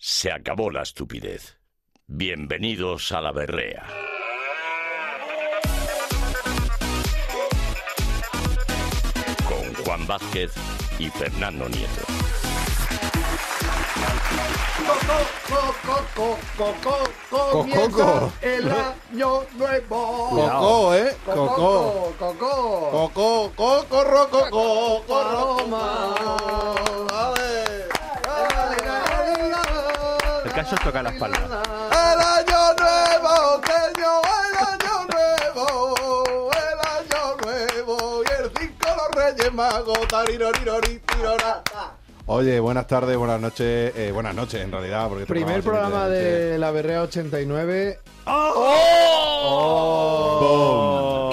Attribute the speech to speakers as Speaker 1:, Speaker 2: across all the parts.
Speaker 1: Se acabó la estupidez. Bienvenidos a la berrea. Con Juan Vázquez y Fernando Nieto.
Speaker 2: Cococo.
Speaker 3: Comienza el año nuevo.
Speaker 2: Cocó, ¿eh? Cocó.
Speaker 3: Coco, coco,
Speaker 2: Cocó, coco, roco, coco,
Speaker 3: Roma.
Speaker 4: El caso es tocar las palmas.
Speaker 2: El año nuevo, señor, el año nuevo, el año nuevo, y el cinco los reyes magos, tarirorirori, tirora. Oye, buenas tardes, buenas noches, eh, buenas noches en realidad. Porque este
Speaker 3: Primer
Speaker 2: se emite
Speaker 3: programa
Speaker 2: noche.
Speaker 3: de La Berrea 89. Oh.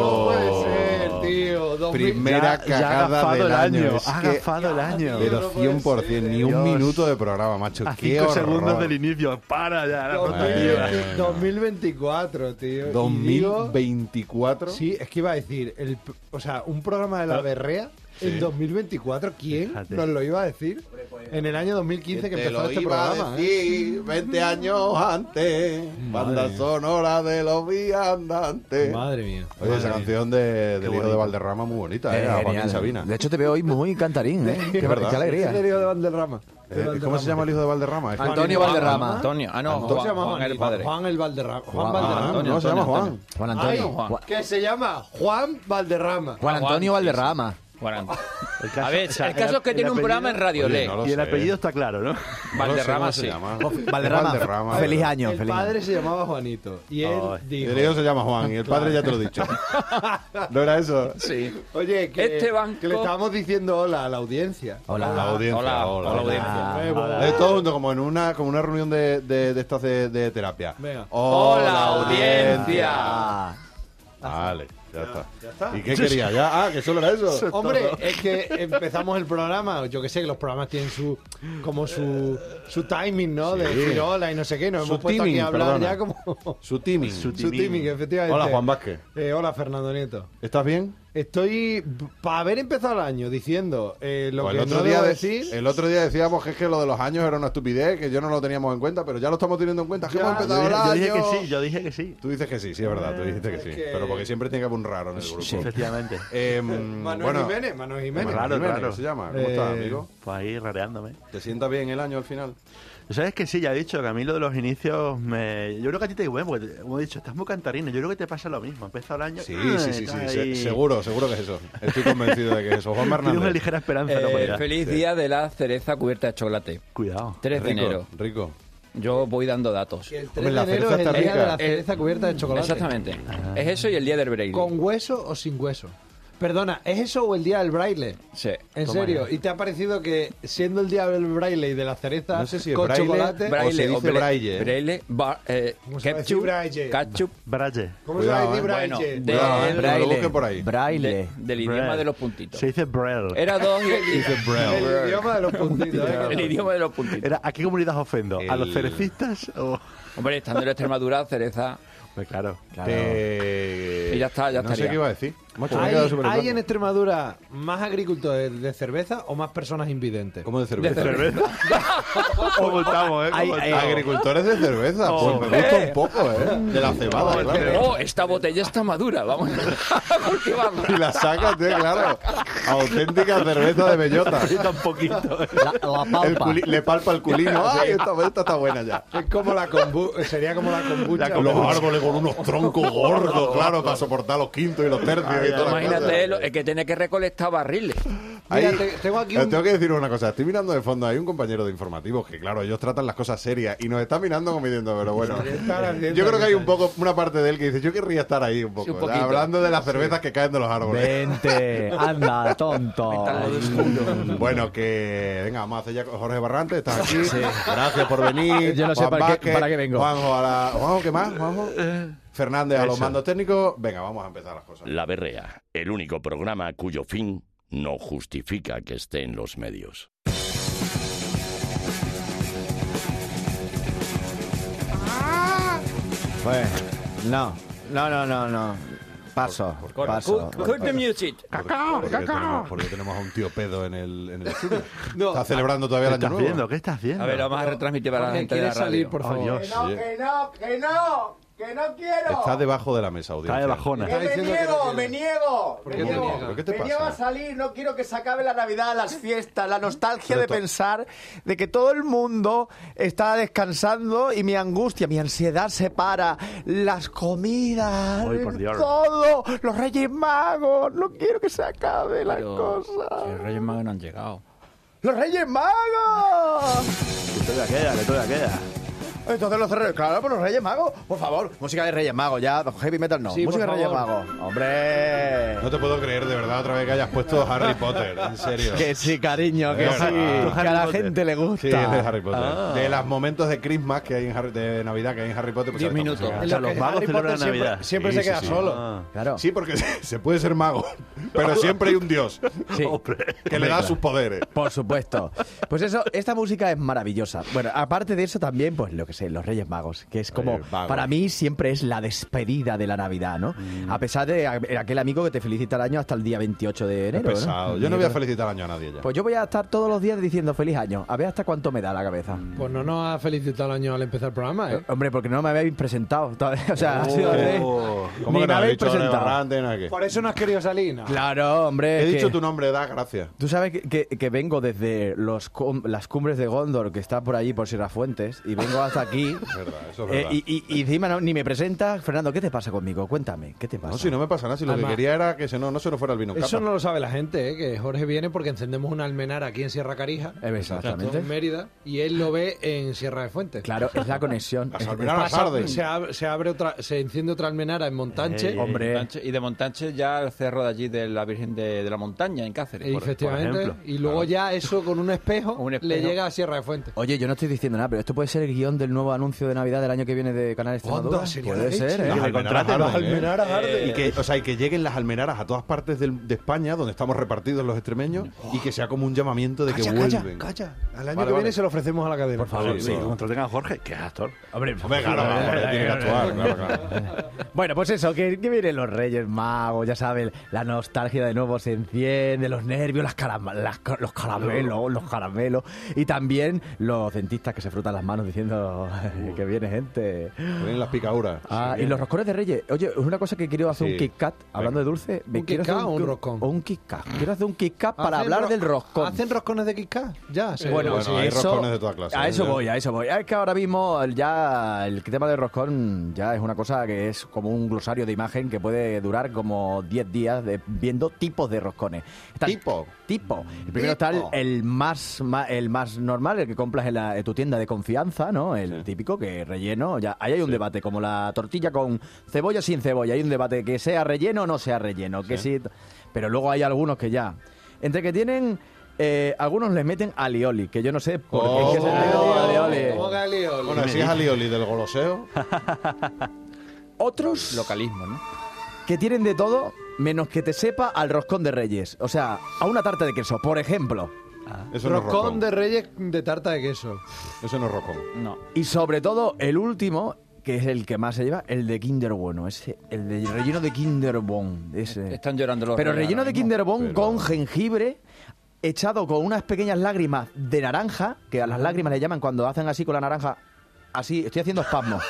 Speaker 3: No puede ser, tío. Dos mil-
Speaker 2: Primera
Speaker 4: Ya- ya ha
Speaker 2: cagada
Speaker 4: agafado
Speaker 2: del
Speaker 4: el
Speaker 2: año.
Speaker 4: año,
Speaker 2: Es
Speaker 4: ha
Speaker 2: que-
Speaker 4: agafado el año.
Speaker 2: Pero
Speaker 3: No puede
Speaker 2: 100%, ni un
Speaker 4: Dios.
Speaker 2: minuto de programa, macho.
Speaker 4: A
Speaker 2: Qué
Speaker 4: 5
Speaker 2: horror.
Speaker 4: segundos del inicio. Para ya. la
Speaker 3: dos mil-
Speaker 4: puta vida.
Speaker 2: Bueno.
Speaker 3: 2024, tío. Y digo-
Speaker 2: 2024.
Speaker 3: Sí, es que iba a decir, el, p- o sea, un programa de la berrea en 2024, ¿quién
Speaker 4: Fíjate.
Speaker 3: nos lo iba a decir? En el año 2015 pues, que
Speaker 2: Te
Speaker 3: empezó
Speaker 2: lo
Speaker 3: este
Speaker 2: iba a
Speaker 3: programa. ¿eh?
Speaker 2: decir 20 años antes. Banda sonora de los viandantes.
Speaker 3: Madre mía.
Speaker 2: Oye, esa canción de, del hijo de Valderrama muy bonita, ¿eh? A Joaquín
Speaker 5: Genial.
Speaker 2: Sabina.
Speaker 5: De hecho, te veo hoy muy cantarín, ¿eh? qué,
Speaker 2: verdad.
Speaker 5: qué alegría.
Speaker 3: Ese lío de Valderrama.
Speaker 2: Eh,
Speaker 3: De
Speaker 2: ¿Cómo
Speaker 3: Valderrama.
Speaker 2: se llama el hijo de Valderrama? Es Juan-
Speaker 5: Antonio Valderrama.
Speaker 6: Antonio, ah, no,
Speaker 2: Antonio se
Speaker 6: Juan,
Speaker 2: llama
Speaker 6: Juan el
Speaker 3: Juan-
Speaker 6: padre.
Speaker 3: Juan el Valderrama. Juan
Speaker 5: Juan-
Speaker 2: Ah,
Speaker 3: Valderrama.
Speaker 6: Antonio,
Speaker 2: no, se llama
Speaker 6: Antonio,
Speaker 2: Juan.
Speaker 6: Antonio.
Speaker 5: Juan Antonio.
Speaker 3: Ay,
Speaker 5: Juan,
Speaker 3: que se llama Juan Valderrama.
Speaker 5: Juan Antonio
Speaker 6: Juan, sí, sí.
Speaker 5: Valderrama.
Speaker 6: Juan Antonio.
Speaker 4: El caso-
Speaker 6: A ver,
Speaker 4: o sea,
Speaker 6: el caso es que
Speaker 4: el
Speaker 6: tiene un
Speaker 4: apellido-
Speaker 6: programa en Radio
Speaker 2: Oye,
Speaker 6: Le.
Speaker 2: no lo
Speaker 4: Y el
Speaker 2: sé.
Speaker 4: apellido está claro, ¿no?
Speaker 2: No lo sé
Speaker 6: Valderrama,
Speaker 2: cómo se
Speaker 6: sí.
Speaker 2: llama.
Speaker 5: Valderrama.
Speaker 2: Valderrama. ¿eh?
Speaker 5: Feliz año.
Speaker 3: El
Speaker 5: feliz
Speaker 3: padre
Speaker 5: año.
Speaker 3: se llamaba Juanito. Y él
Speaker 4: Ay.
Speaker 3: dijo...
Speaker 2: El hijo se llama Juan y el padre ya te lo he dicho. ¿No era eso?
Speaker 6: Sí.
Speaker 3: Oye, que,
Speaker 6: Este banco-
Speaker 3: que le estábamos diciendo hola a la audiencia.
Speaker 2: Hola, audiencia.
Speaker 6: hola, hola, audiencia.
Speaker 2: Eh,
Speaker 3: Ah.
Speaker 2: todo junto, como en una, como una reunión de, de, de estas de, de terapia. Oh,
Speaker 3: Venga.
Speaker 6: Hola, audiencia.
Speaker 5: Ah,
Speaker 2: Vale, ya está.
Speaker 3: ya está.
Speaker 2: ¿Y qué quería? ¿Ya? Ah, que solo era eso.
Speaker 3: Hombre, es que empezamos el programa, yo que sé, que los programas tienen su como su, su timing, ¿no? De
Speaker 2: Sí.
Speaker 3: decir hola y no sé qué, nos
Speaker 2: Su
Speaker 3: hemos puesto aquí
Speaker 2: timing,
Speaker 3: a hablar
Speaker 2: perdona.
Speaker 3: ya como
Speaker 2: Su timing.
Speaker 4: Su
Speaker 3: su
Speaker 4: timing.
Speaker 3: timing, efectivamente.
Speaker 2: Hola, Juan Vázquez.
Speaker 3: Eh, hola, Fernando Nieto.
Speaker 2: ¿Estás bien?
Speaker 3: Estoy, para haber empezado el año diciendo eh, lo
Speaker 2: Pues
Speaker 3: que
Speaker 2: el, otro
Speaker 3: no
Speaker 2: día
Speaker 3: debo
Speaker 2: de-
Speaker 3: decir...
Speaker 2: el otro día decíamos que es que lo de los años era una estupidez, que yo no lo teníamos en cuenta, pero ya lo estamos teniendo en cuenta. Es que
Speaker 3: Ya,
Speaker 2: hemos
Speaker 4: Yo
Speaker 2: empezado
Speaker 4: dije,
Speaker 2: el
Speaker 4: yo
Speaker 2: año.
Speaker 4: dije que sí, yo dije que sí.
Speaker 2: Tú dices que sí, sí, es verdad, tú dijiste que
Speaker 3: es
Speaker 2: sí.
Speaker 3: que-
Speaker 2: Pero porque siempre tiene que haber un raro en el grupo.
Speaker 4: Sí, efectivamente.
Speaker 2: Eh,
Speaker 3: Manuel
Speaker 2: bueno,
Speaker 3: Jiménez, Manuel Jiménez.
Speaker 2: Manuel
Speaker 4: Claro,
Speaker 2: Jiménez,
Speaker 4: claro.
Speaker 2: se llama? ¿Cómo
Speaker 3: Eh,
Speaker 2: estás, amigo?
Speaker 4: Pues ahí rareándome.
Speaker 2: ¿Te sienta bien el año al final?
Speaker 4: ¿Sabes que sí? Ya he dicho que a mí lo de los inicios me... Yo creo que a ti te igual, porque te- como he dicho, estás muy cantarino. Yo creo que te pasa lo mismo. Empieza el año...
Speaker 2: Sí,
Speaker 4: ah,
Speaker 2: sí, sí, sí,
Speaker 4: estás
Speaker 2: se-
Speaker 4: ahí.
Speaker 2: seguro, seguro que es eso. Estoy convencido de que es eso. Juan
Speaker 4: Tienes una
Speaker 2: Hernández.
Speaker 4: ligera esperanza.
Speaker 6: Eh,
Speaker 4: ¿no? Mira.
Speaker 6: feliz día de la cereza cubierta de chocolate.
Speaker 4: Cuidado.
Speaker 6: 3 de
Speaker 2: Rico,
Speaker 6: enero.
Speaker 2: Rico.
Speaker 6: Yo voy dando datos.
Speaker 3: Que el 3
Speaker 2: Hombre, la
Speaker 3: de enero
Speaker 2: cereza
Speaker 3: es el
Speaker 2: está
Speaker 3: día
Speaker 2: rica.
Speaker 3: de la cereza cubierta de chocolate.
Speaker 6: Exactamente. Es eso y el día del Braille.
Speaker 3: ¿Con hueso o sin hueso? Perdona, ¿es eso o el día del braille?
Speaker 6: Sí.
Speaker 3: ¿En
Speaker 4: Toma
Speaker 3: serio?
Speaker 4: ya.
Speaker 3: ¿Y te ha parecido que siendo el día del braille y de la cereza
Speaker 2: No sé si es
Speaker 3: con
Speaker 2: braille,
Speaker 3: chocolate?
Speaker 2: bra- se dice
Speaker 6: bre-
Speaker 2: braille, eh?
Speaker 6: braille, bar- eh,
Speaker 3: ¿Cómo se va a decir
Speaker 6: ketchup,
Speaker 3: braille?
Speaker 6: ketchup
Speaker 4: Braille.
Speaker 3: ¿Cómo
Speaker 2: Cuidado,
Speaker 3: se
Speaker 2: eh.
Speaker 3: va a decir braille?
Speaker 6: Bueno, de-
Speaker 2: Cuidado, eh,
Speaker 6: el
Speaker 2: que me lo
Speaker 6: braille.
Speaker 2: busque por ahí.
Speaker 5: Braille.
Speaker 6: de- del idioma
Speaker 4: Braille.
Speaker 6: de los puntitos.
Speaker 4: Se dice Braille.
Speaker 6: Era dos y el,
Speaker 2: eh.
Speaker 3: El idioma de los puntitos. ¿eh?
Speaker 6: el idioma de los puntitos.
Speaker 4: Era, ¿A qué comunidad ofendo? ¿A los
Speaker 2: El-
Speaker 4: cerecistas o...?
Speaker 6: Hombre, estando en Extremadura, cereza.
Speaker 4: Pues claro.
Speaker 5: claro.
Speaker 2: Te-
Speaker 6: Y ya está, ya
Speaker 2: no sé
Speaker 6: estaría.
Speaker 2: qué iba a decir. Macho, me he
Speaker 3: ¿Hay,
Speaker 2: quedado súper
Speaker 3: hay
Speaker 2: loco.
Speaker 3: en este- Extremadura más agricultores de cerveza o más personas invidentes?
Speaker 2: ¿Cómo de cerveza?
Speaker 4: ¿Cómo estamos, eh?
Speaker 2: Hay,
Speaker 4: ¿Cómo
Speaker 2: hay
Speaker 4: estamos?
Speaker 2: agricultores de cerveza.
Speaker 4: Oh.
Speaker 2: pues me gusta un poco, ¿eh? De la cebada, claro.
Speaker 6: Oh, esta botella está madura. Vamos a cultivarla.
Speaker 2: Y la sacas, tío, claro. Auténtica cerveza de bellota.
Speaker 4: Tan poquito. eh.
Speaker 5: La, la
Speaker 2: El
Speaker 5: palpa.
Speaker 2: culi- le palpa el culino. Ay, esta, esta está buena ya.
Speaker 3: Es como la kombu- sería como la kombucha.
Speaker 2: Los árboles con unos troncos gordos, claro, para soportar los quintos y los tercios y todas las
Speaker 6: Imagínate
Speaker 2: cosas.
Speaker 6: lo- el que tiene que recolectar barriles.
Speaker 2: Ahí-
Speaker 3: Mira, te- tengo aquí
Speaker 2: os
Speaker 3: un-
Speaker 2: tengo que decir una cosa. Estoy mirando de fondo. Hay un compañero de informativos que, claro, ellos tratan las cosas serias y nos está mirando como diciendo, pero bueno. Yo creo que hay un poco, una parte de él que dice, yo querría estar ahí un poco.
Speaker 6: Sí, un poquito.
Speaker 2: hablando de las cervezas que caen de los árboles.
Speaker 5: Vente. Anda, tonto.
Speaker 2: Bueno, que venga, vamos a hacer ya Jorge Barrante, estás aquí. Gracias por venir.
Speaker 5: Yo no sé
Speaker 2: Juan
Speaker 5: para qué-
Speaker 2: Vázquez,
Speaker 5: para qué vengo.
Speaker 2: Juanjo, a la- Juanjo, ¿qué más? Juanjo. Fernández a los
Speaker 4: Eso.
Speaker 2: mandos técnicos. Venga, vamos a empezar las cosas.
Speaker 1: La berrea, el único programa cuyo fin no justifica que esté en los medios.
Speaker 5: Pues, no. No, no, no, no. Paso,
Speaker 2: por-
Speaker 5: paso.
Speaker 2: por-
Speaker 6: Cut the music.
Speaker 2: Porque- porque tenemos- Porque tenemos a un tío pedo en el, en el estudio.
Speaker 3: No.
Speaker 2: Está celebrando todavía el
Speaker 4: ¿Qué
Speaker 2: año
Speaker 4: estás
Speaker 2: nuevo.
Speaker 4: viendo? ¿Qué estás viendo?
Speaker 6: A ver, vamos a retransmitir para la
Speaker 3: Jorge,
Speaker 6: gente de la
Speaker 3: ¿quieres
Speaker 6: radio.
Speaker 3: salir,
Speaker 2: Oh,
Speaker 3: por
Speaker 4: Ay,
Speaker 3: favor?
Speaker 4: Dios.
Speaker 7: no,
Speaker 2: Sí.
Speaker 7: que no, que no, que no quiero.
Speaker 2: Está debajo de la mesa, audiencia.
Speaker 4: Está de bajona.
Speaker 7: Que
Speaker 3: Está
Speaker 7: me
Speaker 3: diciendo que no
Speaker 7: niego,
Speaker 3: quiere.
Speaker 7: me niego.
Speaker 3: ¿Por qué
Speaker 7: me
Speaker 3: te
Speaker 7: niego.
Speaker 3: niegas?
Speaker 2: ¿Pero qué te
Speaker 7: me
Speaker 2: pasa?
Speaker 7: niego a salir, no quiero que se acabe la Navidad, las fiestas, la nostalgia
Speaker 2: Pero
Speaker 7: de
Speaker 2: to-
Speaker 7: pensar de que todo el mundo está descansando y mi angustia, mi ansiedad se para. Las comidas,
Speaker 4: Ay, por Dios.
Speaker 7: todo, los Reyes Magos, no quiero que se acabe la
Speaker 6: Pero
Speaker 7: cosa.
Speaker 6: Los Reyes Magos no han llegado.
Speaker 7: ¡Los Reyes Magos!
Speaker 4: Que todavía queda, que todavía queda.
Speaker 7: Entonces los Reyes, claro, por los Reyes Magos, por favor, música de Reyes Magos, ya, heavy metal no,
Speaker 3: Sí, por
Speaker 7: música de Reyes
Speaker 3: favor.
Speaker 7: Magos, hombre.
Speaker 2: No te puedo creer de verdad otra vez que hayas puesto Harry Potter, en serio.
Speaker 7: Que sí, cariño, que
Speaker 2: Eh,
Speaker 7: sí.
Speaker 2: Harry
Speaker 7: que a la
Speaker 4: Potter.
Speaker 7: gente le gusta.
Speaker 2: Sí, es de Harry Potter.
Speaker 7: Ah.
Speaker 2: De los momentos de Christmas que hay en Harry, de Navidad que hay en Harry Potter. Pues
Speaker 6: Diez
Speaker 2: sabes,
Speaker 6: minutos.
Speaker 2: música.
Speaker 4: O sea, los
Speaker 3: que
Speaker 4: magos
Speaker 3: Harry
Speaker 4: celebran
Speaker 3: Potter siempre-
Speaker 4: Navidad.
Speaker 3: Siempre
Speaker 2: Sí,
Speaker 3: se
Speaker 2: sí,
Speaker 3: queda
Speaker 2: sí.
Speaker 3: solo.
Speaker 4: Ah.
Speaker 5: Claro.
Speaker 2: Sí, porque se se puede ser mago, pero siempre hay un dios
Speaker 4: Hombre.
Speaker 2: que le da sus poderes.
Speaker 5: Por
Speaker 7: Supuesto. Pues eso, esta música es maravillosa. Bueno, aparte de eso también, pues lo que sé, los Reyes Magos, que es como,
Speaker 2: Reyes Magos.
Speaker 7: para mí siempre es la despedida de la Navidad, ¿no? A pesar de a- aquel amigo que te felicita el año hasta el día 28 de
Speaker 2: Qué
Speaker 7: enero, ¿no?
Speaker 2: pesado. Yo no voy a felicitar año a nadie ya.
Speaker 7: Pues yo voy a estar todos los días diciendo feliz año, a ver hasta cuánto me da la cabeza.
Speaker 3: Pues no nos ha felicitado el año al empezar el programa, ¿eh?
Speaker 7: Hombre, porque no me habéis presentado. todavía, O sea, ha sido hace-
Speaker 4: Oh.
Speaker 2: ¿Cómo
Speaker 7: ni
Speaker 2: que
Speaker 7: me
Speaker 2: no has
Speaker 7: habéis
Speaker 2: dicho
Speaker 7: presentado.
Speaker 2: Neorrante, nada que-
Speaker 3: Por eso no has querido salir, ¿no?
Speaker 7: Claro, hombre.
Speaker 2: He
Speaker 7: que-
Speaker 2: dicho tu nombre, da gracias.
Speaker 7: Tú sabes que, que- que vengo desde los cum- las cumbres de Gondor, que está por allí, por Sierra Fuentes, y vengo hasta aquí.
Speaker 2: verdad, eso es
Speaker 7: Eh,
Speaker 2: verdad.
Speaker 7: y, y- y encima no- ni me presenta. Fernando, ¿qué te pasa conmigo? Cuéntame, ¿qué te pasa?
Speaker 2: No, si no me pasa nada, si lo
Speaker 3: Además-
Speaker 2: que quería era que se no, no se nos fuera el vino.
Speaker 3: Eso
Speaker 2: capa.
Speaker 3: no lo sabe la gente, ¿eh? que Jorge viene porque encendemos un almenar aquí en Sierra Carija,
Speaker 7: Eh, Exactamente.
Speaker 3: en Mérida, y él lo ve en Sierra de Fuentes.
Speaker 7: Claro, es la conexión.
Speaker 2: Las
Speaker 7: Es-
Speaker 2: almenaras
Speaker 7: pasa-
Speaker 2: arden.
Speaker 3: Se, ab- se abre otra, se enciende otra almenara en Montanche.
Speaker 4: Ey, ey.
Speaker 7: Hombre.
Speaker 6: Montanche- y de Montanche ya al cerro de allí de la Virgen de, de la Montaña, en Cáceres.
Speaker 3: y
Speaker 6: Por-
Speaker 3: e efectivamente,
Speaker 4: ejemplo.
Speaker 3: y luego ya eso con un espejo,
Speaker 6: Un espejo.
Speaker 3: le llega a Sierra de Fuentes.
Speaker 7: Oye, yo no estoy diciendo nada, pero esto puede ser el guión del nuevo anuncio de Navidad del año que viene de Canal Extremadura.
Speaker 3: Onda, sería
Speaker 7: Puede
Speaker 3: la leche.
Speaker 7: ser,
Speaker 4: Que
Speaker 7: ¿eh?
Speaker 2: Las
Speaker 4: le
Speaker 2: almenaras
Speaker 4: contraten,
Speaker 2: arden,
Speaker 4: ¿eh?
Speaker 2: ¿eh? Y que, o sea, y que lleguen las almenaras a todas partes del- de España, donde estamos repartidos los extremeños, y que sea como un llamamiento de que vuelven.
Speaker 3: calla. Al año que
Speaker 2: Vale, vale.
Speaker 3: viene se lo ofrecemos a la cadena.
Speaker 2: Por favor,
Speaker 4: Sí,
Speaker 2: sí.
Speaker 4: que contraten a Jorge, que es actor.
Speaker 2: ¿eh? Hombre, claro, hombre, tiene que actuar, claro, claro.
Speaker 7: Bueno, pues eso, que, que vienen los Reyes Magos, ya saben, la nostalgia de nuevo se enciende, los nervios, las carama- las ca- los caramelos, los caramelos, y también los dentistas que se frotan las manos diciendo que viene gente.
Speaker 2: Tienen las picaduras.
Speaker 7: Ah,
Speaker 3: eh.
Speaker 7: y los roscones de Reyes. Oye, es una cosa que quiero hacer
Speaker 2: Sí.
Speaker 7: un Kit Kat, hablando de dulce. Me
Speaker 3: ¿Un
Speaker 7: quiero
Speaker 3: Kit
Speaker 7: hacer
Speaker 3: Kat o un roscón?
Speaker 7: O un Kit Kat. Quiero hacer un Kit Kat para
Speaker 3: Hacen
Speaker 7: hablar
Speaker 3: ro-
Speaker 7: del roscón.
Speaker 3: ¿Hacen roscones de Kika? Ya, seguro
Speaker 7: Bueno,
Speaker 3: que sí.
Speaker 2: Bueno, hay roscones de toda clase,
Speaker 7: A
Speaker 2: ¿eh?
Speaker 7: eso
Speaker 2: Ya.
Speaker 7: voy, a eso voy. Es que ahora mismo ya el tema del roscón ya es una cosa que es como un glosario de imagen que puede durar como 10 días de- viendo tipos de roscones. Está-
Speaker 2: Tipo.
Speaker 7: Tipo. El primero
Speaker 2: Tipo.
Speaker 7: está el, el más, ma- el más normal, el que compras en, la- en tu tienda de confianza, ¿no? El típico que relleno. Ya, ahí hay un debate, como la tortilla con cebolla sin cebolla. Hay un debate que sea relleno o no sea relleno. Que sí. Pero luego hay algunos que ya. Entre que tienen. eh, algunos les meten alioli, que yo no sé por
Speaker 2: ¿Cómo?
Speaker 7: qué. es que se le
Speaker 3: Oh.
Speaker 7: llama alioli.
Speaker 3: ¿Cómo que alioli?
Speaker 2: Bueno, si es alioli del goloseo,
Speaker 7: Otros
Speaker 6: Localismo, ¿no?
Speaker 7: que tienen de todo, menos que te sepa al roscón de reyes. O sea, a una tarta de queso, por ejemplo.
Speaker 2: eso no es
Speaker 3: Roscón
Speaker 2: roscón.
Speaker 3: de reyes de tarta de queso.
Speaker 2: Eso no es roscón.
Speaker 6: No.
Speaker 7: Y sobre todo, el último, que es el que más se lleva, el de Kinder Bueno. Ese, el de relleno de Kinder Bon. Ese.
Speaker 4: Este
Speaker 6: Están llorando los
Speaker 7: Pero
Speaker 6: reyes
Speaker 7: relleno
Speaker 6: ahora
Speaker 7: de
Speaker 6: mismo.
Speaker 7: Kinder Bon
Speaker 2: Pero-
Speaker 7: con jengibre, echado con unas pequeñas lágrimas de naranja, que a las lágrimas le llaman cuando hacen así con la naranja. Así, estoy haciendo espasmos.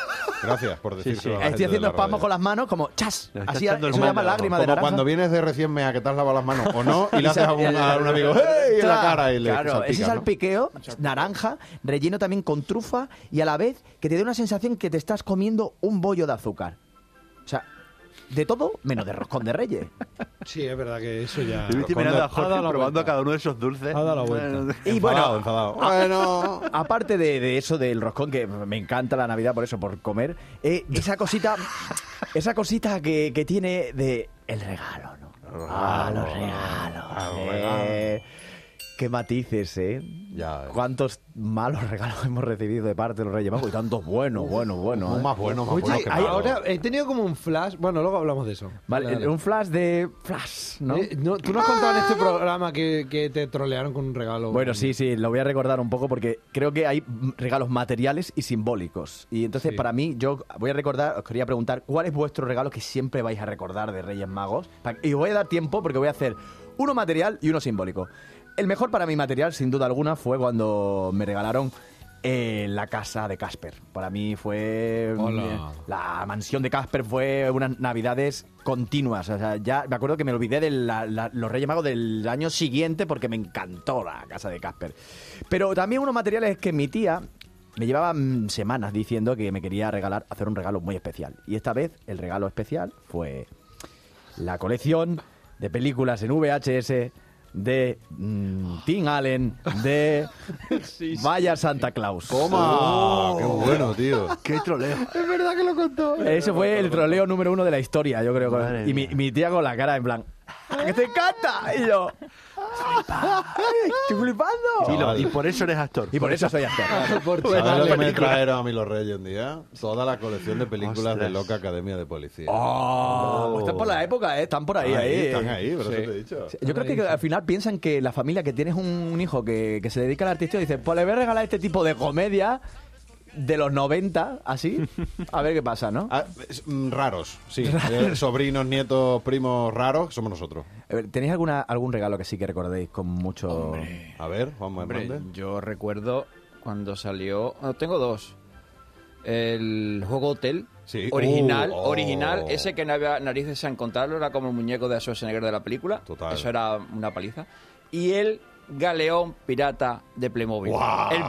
Speaker 2: Gracias por decir
Speaker 4: sí.
Speaker 7: Estoy haciendo espasmos con las manos como chas.
Speaker 4: Le está
Speaker 7: Así
Speaker 4: echando
Speaker 7: eso
Speaker 4: el
Speaker 7: se
Speaker 4: mal
Speaker 7: llama
Speaker 4: de la mano.
Speaker 7: lágrima de
Speaker 2: Como
Speaker 7: naranja.
Speaker 2: cuando vienes de recién mea que te has lavado las manos o no y le haces a un, a un amigo ¡Hey!
Speaker 7: ¡Ey!
Speaker 2: en la cara y le
Speaker 7: ese
Speaker 2: salpicas, ¿no?
Speaker 7: salpiqueo, naranja, relleno también con trufa y a la vez que te da una sensación que te estás comiendo un bollo de azúcar. O sea, de todo menos de roscón de reyes.
Speaker 3: Sí, es verdad que eso ya.
Speaker 4: Yo estoy
Speaker 2: Roscón
Speaker 4: mirando
Speaker 2: de-
Speaker 4: a
Speaker 3: Ha dado
Speaker 4: Jorge
Speaker 3: la
Speaker 4: probando
Speaker 3: vuelta.
Speaker 4: a cada uno de esos dulces.
Speaker 3: Ha dado la vuelta.
Speaker 7: Y
Speaker 2: Enfadado,
Speaker 7: bueno,
Speaker 2: enfadado. Bueno.
Speaker 7: aparte de, de eso del roscón, que me encanta la Navidad por eso, por comer, eh, esa cosita, esa cosita que, que
Speaker 2: Ah,
Speaker 7: tiene de el regalo, ¿no? Ah, los regalos. eh. Qué matices, ¿eh?
Speaker 2: Ya, eh.
Speaker 7: ¿Cuántos malos regalos hemos recibido de parte de los Reyes Magos? Y tantos buenos, buenos, buenos.
Speaker 2: muy
Speaker 7: ¿eh?
Speaker 2: más bueno, más
Speaker 3: Oye,
Speaker 2: bueno que
Speaker 3: hay-
Speaker 2: malo.
Speaker 3: ahora he tenido como un flash. Bueno, luego hablamos de eso.
Speaker 7: Vale,
Speaker 3: Dale, dale.
Speaker 7: un flash de flash, ¿no?
Speaker 3: Eh, no, Tú nos has contado en este programa que, que te trolearon con un regalo.
Speaker 7: Bueno, sí, sí, lo voy a recordar un poco porque creo que hay mm, regalos materiales y simbólicos. Y entonces,
Speaker 3: Sí.
Speaker 7: para mí, yo voy a recordar, os quería preguntar, ¿cuál es vuestro regalo que siempre vais a recordar de Reyes Magos? Pa- Y os voy a dar tiempo porque voy a hacer uno material y uno simbólico. El mejor para mí material, sin duda alguna, fue cuando me regalaron eh, la casa de Casper. Para mí fue...
Speaker 3: Hola.
Speaker 7: La mansión de Casper fue unas navidades continuas. O sea, ya me acuerdo que me olvidé de la- la- los Reyes Magos del año siguiente porque me encantó la casa de Casper. Pero también unos materiales es que mi tía me llevaba mm, semanas diciendo que me quería regalar, hacer un regalo muy especial. Y esta vez el regalo especial fue la colección de películas en VHS de mm, Tim Allen de Vaya Santa Claus.
Speaker 2: ¡Toma! Oh, ¡Qué bueno, tío!
Speaker 4: ¡Qué troleo!
Speaker 3: Es verdad que lo contó.
Speaker 7: Ese fue el troleo número uno de la historia, yo creo.
Speaker 4: Madre
Speaker 7: y mi,
Speaker 4: mía.
Speaker 7: mi tía con la cara en plan, "¡Ah, ¡que te encanta! Y yo, ¡estoy flipando!
Speaker 4: Y, lo- y por eso eres actor.
Speaker 7: Y por eso soy actor.
Speaker 3: Por ti.
Speaker 2: ¿Sabes lo que me
Speaker 7: película.
Speaker 2: trajeron a mí los reyes un día? Toda la colección de películas de
Speaker 4: Ostras.
Speaker 2: Loca Academia de Policía.
Speaker 7: Oh, pues están por la época, ¿eh? Están por ahí,
Speaker 2: ahí,
Speaker 7: ahí. eh.
Speaker 2: están ahí, pero eso te he dicho.
Speaker 7: Yo creo que al final piensan que la familia que tienes un, un hijo que, que se dedica al artista y dice, pues le voy a regalar este tipo de comedia de los 90, así, a ver qué pasa, ¿no?
Speaker 2: Ah, es, mm, raros, sí. Eh, Sobrinos, nietos, primos raros, somos nosotros.
Speaker 7: A ver, ¿Tenéis alguna, algún regalo que sí que recordéis con mucho...
Speaker 2: A ver, Juan
Speaker 6: Hombre,
Speaker 2: Hernández.
Speaker 6: yo recuerdo cuando salió. bueno, tengo dos. El juego Hotel.
Speaker 2: Sí.
Speaker 6: Original,
Speaker 2: Uh, oh.
Speaker 6: original. Ese que no había narices a encontrarlo. Era como el muñeco de Schwarzenegger de la película.
Speaker 2: Total.
Speaker 6: Eso era una paliza. Y el Galeón Pirata de Playmobil.
Speaker 2: Guau.
Speaker 6: El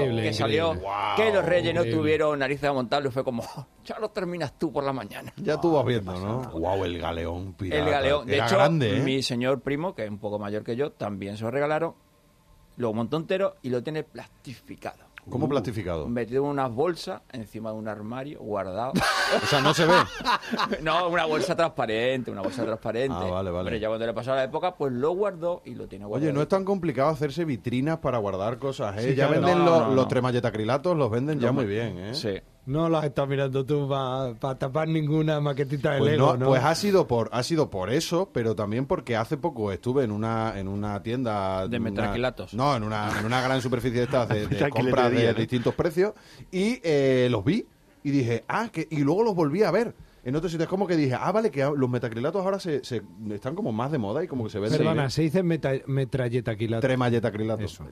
Speaker 3: Increíble,
Speaker 6: que
Speaker 3: increíble.
Speaker 6: salió.
Speaker 2: Guau.
Speaker 6: Que los reyes no
Speaker 3: Increíble.
Speaker 6: tuvieron narices a montarlo. y Fue como, "Oh, ya lo terminas tú por la mañana.
Speaker 2: Ya tú vas viendo, ¿no? Wow, el galeón pirata.
Speaker 6: El galeón. De
Speaker 2: Era
Speaker 6: hecho,
Speaker 2: grande, ¿eh?
Speaker 6: mi señor primo, que es un poco mayor que yo, también se lo regalaron. Lo montó entero y lo tiene plastificado.
Speaker 2: ¿Cómo plastificado?
Speaker 6: Metido en unas bolsas encima de un armario, guardado.
Speaker 2: O sea, no se ve.
Speaker 6: no, una bolsa transparente, una bolsa transparente.
Speaker 2: Ah, vale, vale.
Speaker 6: Pero ya cuando le pasó la época, pues lo guardó y lo tiene guardado.
Speaker 2: Oye, no es tan complicado hacerse vitrinas para guardar cosas,
Speaker 3: Sí,
Speaker 2: ¿eh? ya
Speaker 3: claro.
Speaker 2: venden
Speaker 6: No,
Speaker 2: los,
Speaker 6: no, no.
Speaker 2: los tremalletacrilatos, los venden ya muy bien, ¿eh?
Speaker 6: Sí.
Speaker 3: No lo has estado mirando tú para tapar ninguna maquetita de
Speaker 2: Pues,
Speaker 3: Lego,
Speaker 2: no,
Speaker 3: ¿no?
Speaker 2: pues ha sido por ha sido por eso, pero también porque hace poco estuve en una en una tienda
Speaker 6: De
Speaker 2: una-
Speaker 6: metraquilatos.
Speaker 2: No, en una, en una gran superficie de estas de, de
Speaker 4: Metraquiletería,
Speaker 2: compras de
Speaker 4: ¿no?
Speaker 2: distintos precios y eh, los vi y dije ah que y luego los volví a ver. En otros sitios como que dije, ah, vale, que los metacrilatos ahora se, se- están como más de moda y como que se venden.
Speaker 3: Perdona, se dice meta- metralleta aquí la
Speaker 2: Tremalletacrilatos.
Speaker 3: Eso.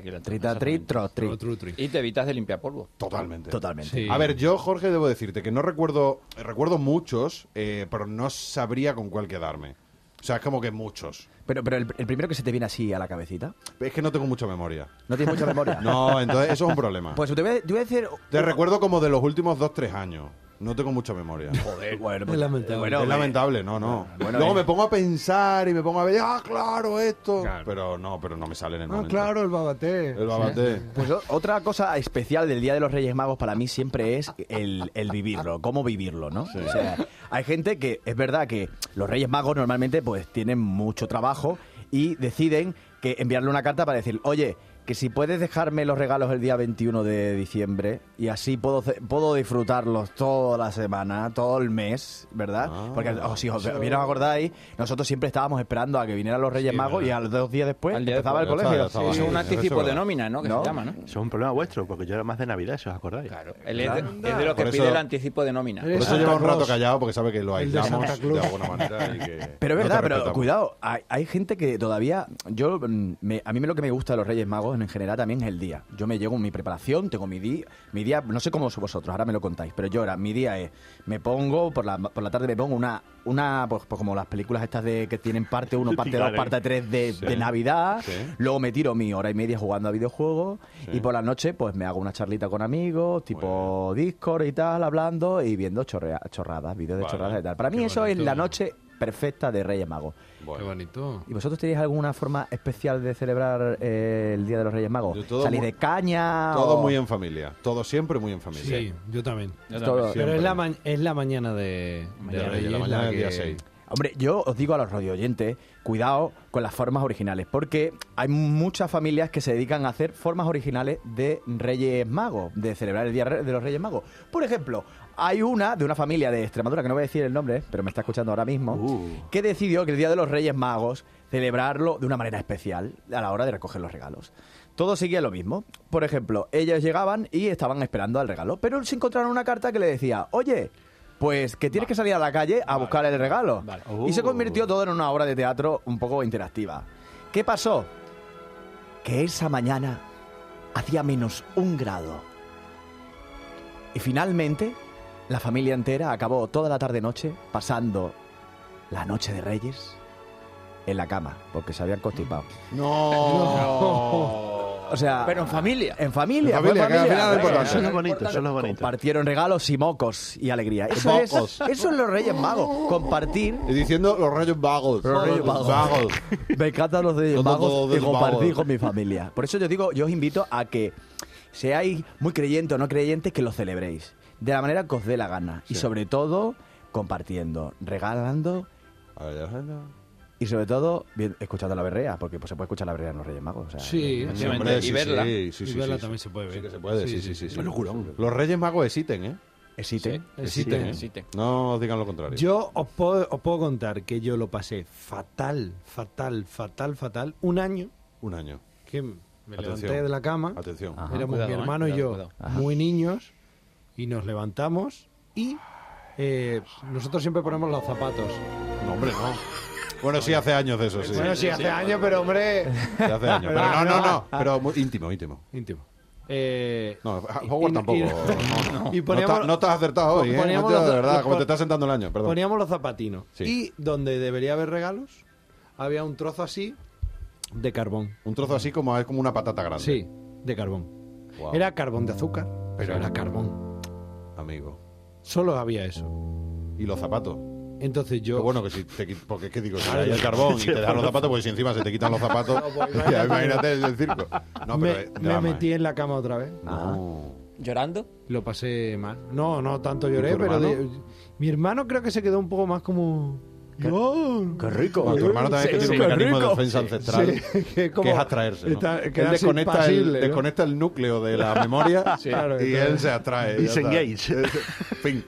Speaker 7: Trita, trit, tro, tri.
Speaker 3: Otro tri.
Speaker 6: Y te evitas de limpiar polvo.
Speaker 2: Totalmente.
Speaker 7: Totalmente.
Speaker 3: Sí.
Speaker 2: A ver, yo, Jorge, debo decirte que no recuerdo, recuerdo muchos, eh, pero no sabría con cuál quedarme. O sea, es como que muchos.
Speaker 7: Pero, pero el, el primero que se te viene así a la cabecita,
Speaker 2: Es que no tengo mucha memoria.
Speaker 7: ¿no tienes mucha memoria?
Speaker 2: No, entonces eso es un problema.
Speaker 7: Pues te voy a, te voy a decir...
Speaker 2: Te recuerdo como de los últimos dos, tres años. No tengo mucha memoria.
Speaker 7: Bueno,
Speaker 3: Es lamentable.
Speaker 2: es
Speaker 7: me-
Speaker 2: lamentable, no, no.
Speaker 7: Bueno,
Speaker 2: Luego
Speaker 7: eh.
Speaker 2: me pongo a pensar y me pongo a ver, ah, claro, esto. Pero no, pero no me sale en el
Speaker 3: Ah,
Speaker 2: momento.
Speaker 3: claro, el babaté.
Speaker 2: El babaté.
Speaker 7: Pues o- otra cosa especial del Día de los Reyes Magos para mí siempre es el, el vivirlo, cómo vivirlo, ¿no? O sea, hay gente que es verdad que los Reyes Magos normalmente pues tienen mucho trabajo y deciden que enviarle una carta para decir, oye, que si puedes dejarme los regalos el día 21 de diciembre y así puedo, ce- puedo disfrutarlos toda la semana, todo el mes, ¿verdad?
Speaker 2: Ah.
Speaker 7: Porque oh, si os bien os acordáis, nosotros siempre estábamos esperando a que vinieran los Reyes Magos y a los dos días después
Speaker 6: Al día
Speaker 7: empezaba
Speaker 2: después,
Speaker 7: el
Speaker 2: ya
Speaker 7: colegio.
Speaker 2: está, ya estaba.
Speaker 6: es
Speaker 2: sí,
Speaker 6: un
Speaker 2: eso
Speaker 6: anticipo
Speaker 2: es
Speaker 6: de
Speaker 2: verdad.
Speaker 6: nómina, ¿no? Que
Speaker 7: No.
Speaker 6: se llama, ¿no?
Speaker 4: Eso es un problema vuestro, porque yo era más de Navidad, si os acordáis.
Speaker 6: Claro. Él es de, es de los
Speaker 2: Por
Speaker 6: que
Speaker 2: eso-
Speaker 6: pide el anticipo de nómina. Pues
Speaker 3: Por
Speaker 2: Por eso
Speaker 3: Santa
Speaker 2: lleva un rato
Speaker 3: Claus.
Speaker 2: callado porque sabe que lo
Speaker 3: El de
Speaker 2: aislamos
Speaker 3: Santa
Speaker 2: de
Speaker 3: Claus.
Speaker 2: alguna manera. y que
Speaker 7: Pero
Speaker 2: no te
Speaker 7: es verdad, pero
Speaker 2: respetamos.
Speaker 7: cuidado, hay, hay gente que todavía, yo, mm, me- a mí lo que me gusta de los Reyes Magos en general también es el día. Yo me llego mi preparación, tengo mi día, mi día, no sé cómo sois vosotros, ahora me lo contáis, pero yo ahora, mi día es, me pongo, por la, por la tarde me pongo una, una pues, pues como las películas estas de que tienen parte 1, parte 2,
Speaker 4: Vale.
Speaker 7: parte 3 de, de Navidad,
Speaker 2: Sí.
Speaker 7: luego me tiro mi hora y media jugando a videojuegos y por la noche pues me hago una charlita con amigos, tipo Discord y tal, hablando y viendo chorrea- chorradas, vídeos de
Speaker 2: Vale.
Speaker 7: chorradas y tal. Para mí
Speaker 3: Qué
Speaker 7: eso es la
Speaker 3: bonito.
Speaker 7: noche perfecta de Reyes Magos.
Speaker 2: Bueno.
Speaker 3: bonito.
Speaker 7: ¿Y vosotros tenéis alguna forma especial de celebrar eh, el Día de los Reyes
Speaker 2: Yo
Speaker 7: Magos?
Speaker 2: todo
Speaker 7: ¿Salís
Speaker 2: muy-
Speaker 7: de caña?
Speaker 2: Todo
Speaker 7: o-
Speaker 2: muy en familia. Todo siempre muy en
Speaker 3: Sí,
Speaker 2: familia.
Speaker 3: yo también.
Speaker 7: todo-
Speaker 2: Siempre.
Speaker 3: Pero es la, ma- es la mañana de, de
Speaker 2: De
Speaker 3: Reyes,
Speaker 2: la mañana
Speaker 3: la
Speaker 2: del día
Speaker 3: que-
Speaker 2: 6.
Speaker 7: Hombre, yo os digo a los radio oyentes, cuidado con las formas originales, porque hay muchas familias que se dedican a hacer formas originales de Reyes Magos, de celebrar el Día Re- de los Reyes Magos. Por ejemplo, hay una de una familia de Extremadura, que no voy a decir el nombre, pero me está escuchando ahora mismo, que decidió que el Día de los Reyes Magos celebrarlo de una manera especial a la hora de recoger los regalos. Todo seguía lo mismo. Por ejemplo, ellos llegaban y estaban esperando al regalo, pero se encontraron una carta que le decía, oye, pues que tienes que salir a la calle a buscar el regalo. Y
Speaker 6: Uh.
Speaker 7: se convirtió todo en una obra de teatro un poco interactiva. ¿Qué pasó? Que esa mañana hacía menos un grado. Y finalmente, la familia entera acabó toda la tarde-noche pasando la noche de Reyes en la cama, porque se habían constipado.
Speaker 2: No.
Speaker 7: O sea,
Speaker 6: Pero en familia.
Speaker 7: en familia,
Speaker 2: En
Speaker 7: fue
Speaker 2: familia, que al final es
Speaker 7: Venga,
Speaker 2: importante.
Speaker 4: Eso es lo bonito, eso es lo bonito.
Speaker 7: Compartieron regalos y mocos y alegría. Eso, es,
Speaker 2: Mocos.
Speaker 7: eso es los Reyes Magos. Compartir.
Speaker 2: Y diciendo los rayos vagos.
Speaker 7: Los Reyes Magos.
Speaker 2: Vagos.
Speaker 7: Me encantan los Reyes
Speaker 2: Son
Speaker 7: Magos
Speaker 2: todos
Speaker 7: y
Speaker 2: Reyes Magos.
Speaker 7: compartir con mi familia. Por eso yo digo, yo os invito a que seáis muy creyentes o no creyentes, que lo celebréis. De la manera que os dé la gana. Y sobre todo, compartiendo, regalando
Speaker 2: A ver, ya-
Speaker 7: y sobre todo, bien, escuchando la berrea, porque pues, se puede escuchar la berrea en los Reyes Magos. o sea,
Speaker 3: Sí,
Speaker 2: Sí,
Speaker 3: efectivamente.
Speaker 2: hombre,
Speaker 6: y
Speaker 2: sí,
Speaker 6: verla.
Speaker 2: Sí, sí,
Speaker 3: Y
Speaker 2: sí,
Speaker 3: verla
Speaker 2: sí,
Speaker 3: también
Speaker 2: sí.
Speaker 3: se puede ver.
Speaker 2: Sí que se puede, sí,
Speaker 3: Sí,
Speaker 2: sí,
Speaker 3: sí,
Speaker 2: sí.
Speaker 3: sí.
Speaker 2: sí. Los Reyes Magos existen, ¿eh?
Speaker 7: Existe.
Speaker 3: Existen.
Speaker 2: ¿eh?
Speaker 6: Existen.
Speaker 2: No os digan lo contrario.
Speaker 3: Yo os puedo, os puedo contar que yo lo pasé fatal, fatal, fatal, fatal. Un año
Speaker 2: Un año.
Speaker 3: que me
Speaker 2: Atención.
Speaker 3: levanté de la cama.
Speaker 2: Atención.
Speaker 7: Ajá.
Speaker 3: Éramos
Speaker 6: Cuidado,
Speaker 3: mi
Speaker 6: ¿eh?
Speaker 3: hermano y
Speaker 6: Cuidado,
Speaker 3: yo
Speaker 6: cuidado.
Speaker 3: muy niños y nos levantamos y eh, nosotros siempre ponemos los zapatos.
Speaker 2: No, hombre, no. Bueno, sí, hace años de eso, sí.
Speaker 3: bueno, sí, hace años, pero hombre...
Speaker 2: Sí, hace años. Pero no, no, no. Pero muy íntimo, íntimo.
Speaker 3: Íntimo. Eh,
Speaker 2: No,
Speaker 3: y-
Speaker 2: Howard
Speaker 3: y-
Speaker 2: tampoco.
Speaker 3: y-
Speaker 2: No, no.
Speaker 3: y poníamos-
Speaker 2: No te- no te has acertado hoy, ¿eh? No te-
Speaker 3: poníamos los-
Speaker 2: de verdad,
Speaker 3: los-
Speaker 2: como te está sentando el año, perdón.
Speaker 3: Poníamos los zapatinos.
Speaker 2: Sí.
Speaker 3: Y donde debería haber regalos, había un trozo así de carbón.
Speaker 2: Un trozo así como es como una patata grande.
Speaker 3: Sí, de carbón.
Speaker 2: Guau,
Speaker 3: Era carbón de azúcar, pero era carbón.
Speaker 2: Amigo.
Speaker 3: Solo había eso.
Speaker 2: Y los zapatos.
Speaker 3: Entonces
Speaker 2: Qué
Speaker 3: yo...
Speaker 2: bueno que si te qui- porque es que digo, si hay el carbón y te dan los zapatos, pues si encima se te quitan los zapatos,
Speaker 3: pues
Speaker 2: ya imagínate el circo. No, pero
Speaker 3: me,
Speaker 2: es
Speaker 3: me
Speaker 2: drama, ¿eh?
Speaker 3: metí en Ah. la cama otra vez.
Speaker 2: No.
Speaker 6: ¿Llorando?
Speaker 3: Lo pasé mal. No, no tanto lloré,
Speaker 2: ¿Y tu
Speaker 3: pero de-
Speaker 2: hermano?
Speaker 3: mi hermano creo que se quedó un poco más como. "No".
Speaker 7: ¡Qué rico!
Speaker 2: Bueno, tu hermano también tiene
Speaker 7: Sí,
Speaker 2: un
Speaker 7: qué
Speaker 2: mecanismo de
Speaker 7: rico.
Speaker 2: defensa ancestral
Speaker 3: Sí, que es como-
Speaker 2: que es atraerse. ¿no?
Speaker 3: está-
Speaker 2: Él
Speaker 3: quedarse
Speaker 2: desconecta el,
Speaker 3: impasible, ¿no?
Speaker 2: desconecta el núcleo de la memoria
Speaker 3: Claro,
Speaker 2: y
Speaker 3: entonces-
Speaker 2: él se atrae. ya está.
Speaker 4: Disengage.
Speaker 2: Fin.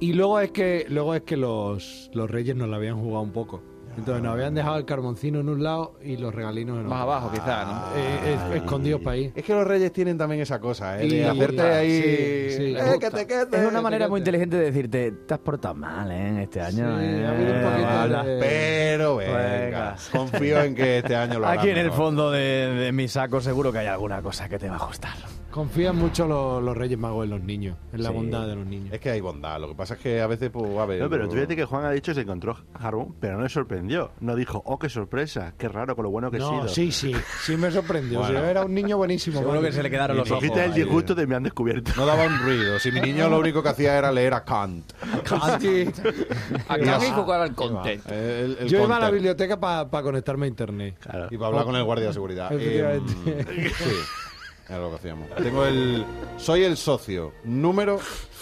Speaker 3: Y luego es que luego es que los, los reyes nos la habían jugado un poco. Entonces nos habían dejado el carboncino en un lado y los regalinos en otro.
Speaker 6: Más abajo, quizá, ¿no?
Speaker 3: Eh, es- escondidos para ahí.
Speaker 2: Es que los reyes tienen también esa cosa, ¿eh?
Speaker 3: Y-
Speaker 2: de hacerte ahí.
Speaker 3: sí, sí,
Speaker 2: "Eh,
Speaker 3: les
Speaker 2: que
Speaker 3: gusta.
Speaker 2: te quedes,
Speaker 7: Es una
Speaker 2: que
Speaker 7: manera
Speaker 2: te
Speaker 7: muy
Speaker 2: quedes".
Speaker 7: inteligente de decirte, te has portado mal, ¿eh? Este año.
Speaker 3: Sí,
Speaker 7: ¿eh?
Speaker 3: ha habido un poquito
Speaker 7: Vale.
Speaker 3: de-
Speaker 2: Pero venga,
Speaker 7: Venga.
Speaker 2: confío en que este año lo harán
Speaker 7: Aquí en el
Speaker 2: mejor.
Speaker 7: fondo de, de mi saco seguro que hay alguna cosa que te va a gustar.
Speaker 3: Confían mucho los, los reyes magos en los niños, en la
Speaker 7: Sí.
Speaker 3: bondad de los niños.
Speaker 2: Es que hay bondad, lo que pasa es que a veces, pues, a ver.
Speaker 4: No, pero tú
Speaker 2: pues,
Speaker 4: fíjate que Juan ha dicho que se encontró Harbour, pero no le sorprendió. No dijo, oh, qué sorpresa, qué raro con lo bueno que he
Speaker 3: no,
Speaker 4: sido.
Speaker 3: sí, sí, sí me sorprendió.
Speaker 2: Bueno.
Speaker 3: Yo era un niño buenísimo.
Speaker 7: Seguro
Speaker 3: madre.
Speaker 7: que se le quedaron
Speaker 4: Y
Speaker 7: los
Speaker 4: me
Speaker 7: ojos.
Speaker 4: quita el
Speaker 7: ahí.
Speaker 4: disgusto de me han descubierto.
Speaker 2: No daba un ruido. Si mi niño lo único que hacía era leer a Kant.
Speaker 3: Sí.
Speaker 6: Acá me jugar al content.
Speaker 2: Eh, el- el
Speaker 3: Yo iba a la
Speaker 2: counter.
Speaker 3: biblioteca para conectarme a internet.
Speaker 4: Claro.
Speaker 2: Y para hablar con el guardia de seguridad.
Speaker 3: Efectivamente.
Speaker 2: Eh, sí, era lo que hacíamos. Tengo el. Soy el socio número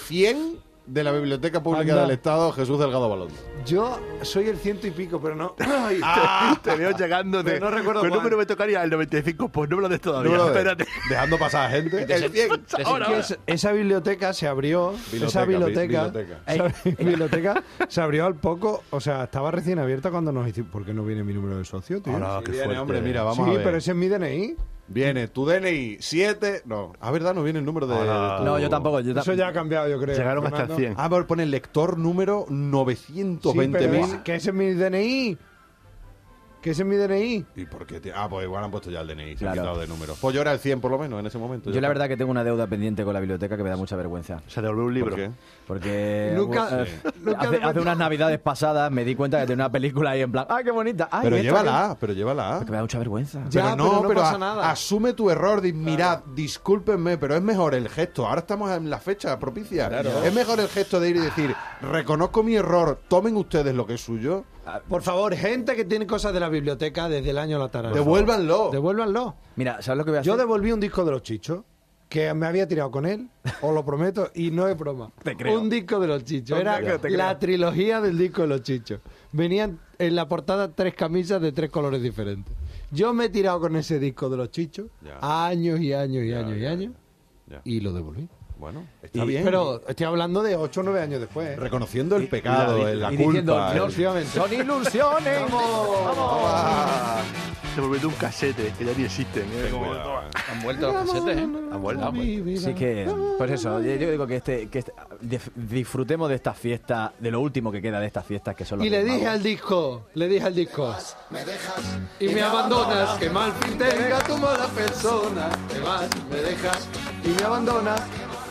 Speaker 2: 100 de la Biblioteca Pública
Speaker 3: Anda.
Speaker 2: del Estado, Jesús Delgado Balón.
Speaker 3: Yo soy el ciento y pico, pero no.
Speaker 4: te, te veo llegando de.
Speaker 3: Pero no recuerdo
Speaker 4: ¿Qué
Speaker 3: cuál.
Speaker 4: número me tocaría? El 95. Pues no me lo des todavía.
Speaker 2: Número de-
Speaker 4: Espérate.
Speaker 2: Dejando pasar a gente. El 100.
Speaker 3: Es que es- esa biblioteca se abrió. esa
Speaker 2: Biblioteca,
Speaker 3: biblioteca.
Speaker 2: bi-
Speaker 3: esa biblioteca se abrió al poco. O sea, estaba recién abierta cuando nos hicimos. ¿Por qué no viene mi número de socio, tío?
Speaker 4: Ahora,
Speaker 2: Sí,
Speaker 4: qué
Speaker 2: viene,
Speaker 4: fuerte.
Speaker 2: hombre, mira, vamos
Speaker 3: sí,
Speaker 2: a ver.
Speaker 3: pero ese es mi DNI.
Speaker 2: Viene tu DNI 7. No, a Ah, verdad, no viene el número de.
Speaker 4: Hola.
Speaker 2: de tu-
Speaker 7: No, yo tampoco. Yo ta-
Speaker 3: Eso ya ha cambiado, yo creo.
Speaker 4: Llegaron hasta el
Speaker 3: Fernando.
Speaker 4: 100.
Speaker 2: Ah, pero pone lector número
Speaker 3: Sí,
Speaker 2: 920.000.
Speaker 3: pero es- que ese es mi DNI. Que ese es mi DNI.
Speaker 2: ¿Y por qué? te- Ah, pues igual han puesto ya el DNI, se
Speaker 7: Claro.
Speaker 2: han quitado de números. Pues yo era el 100 por lo menos en ese momento.
Speaker 7: Yo la verdad que tengo una deuda pendiente con la biblioteca que me da mucha vergüenza.
Speaker 4: Se devolvió un
Speaker 2: ¿Por
Speaker 4: libro.
Speaker 2: qué?
Speaker 7: Porque
Speaker 3: Nunca-
Speaker 7: eh,
Speaker 3: nunca
Speaker 7: hace,
Speaker 3: me-
Speaker 7: hace unas navidades pasadas me di cuenta que tenía una película ahí en plan, ¡ah, qué bonita! Ay,
Speaker 2: pero
Speaker 7: esta
Speaker 2: llévala, pero llévala.
Speaker 7: Que, que me da mucha vergüenza.
Speaker 3: Ya,
Speaker 2: pero no,
Speaker 3: pero no pasa
Speaker 2: a-
Speaker 3: nada.
Speaker 2: asume tu error. di- mirad, discúlpenme, pero es mejor el gesto. Ahora estamos en la fecha propicia. Es mejor el gesto de ir y decir, reconozco mi error, tomen ustedes lo que es suyo,
Speaker 3: Ah, Por favor, gente que tiene cosas de la biblioteca desde el año a la tarde.
Speaker 2: devuélvanlo.
Speaker 3: Devuélvanlo.
Speaker 7: Mira, ¿sabes lo que voy a hacer?
Speaker 3: Yo devolví un disco de los chichos. que me había tirado con él, os lo prometo, y no es broma.
Speaker 7: Te creo.
Speaker 3: Un disco de los chichos.
Speaker 7: Te
Speaker 3: Era
Speaker 7: creo, te
Speaker 3: la
Speaker 7: creo.
Speaker 3: trilogía del disco de los chichos. Venían en la portada tres camisas de tres colores diferentes. Yo me he tirado con ese disco de los chichos
Speaker 2: Ya.
Speaker 3: años y años y
Speaker 2: Ya,
Speaker 3: años y
Speaker 2: ya,
Speaker 3: años
Speaker 2: ya.
Speaker 3: y lo devolví.
Speaker 2: Bueno, está
Speaker 3: Y-
Speaker 2: bien.
Speaker 3: Pero estoy hablando de 8 o 9 años después. ¿eh?
Speaker 2: reconociendo el pecado, eh, la,
Speaker 3: y
Speaker 2: culpa.
Speaker 3: diciendo,
Speaker 2: el-
Speaker 3: no, efectivamente.
Speaker 7: Son ilusiones.
Speaker 4: ah, Se volvió un casete que ya ni existen. ¿eh? Como-
Speaker 6: Han vuelto los casetes, ¿eh?
Speaker 4: Han vuelto.
Speaker 6: Ah, bueno.
Speaker 7: Así que, pues eso, yo, yo digo que, este, que este- dif- disfrutemos de esta fiesta, de lo último que queda de estas fiestas que son las
Speaker 3: Y le
Speaker 7: del
Speaker 3: dije
Speaker 7: mago.
Speaker 3: al disco, le dije al disco. Me dejas y me abandonas, que mal fin tenga tu mala persona. Te vas, me dejas y me abandonas.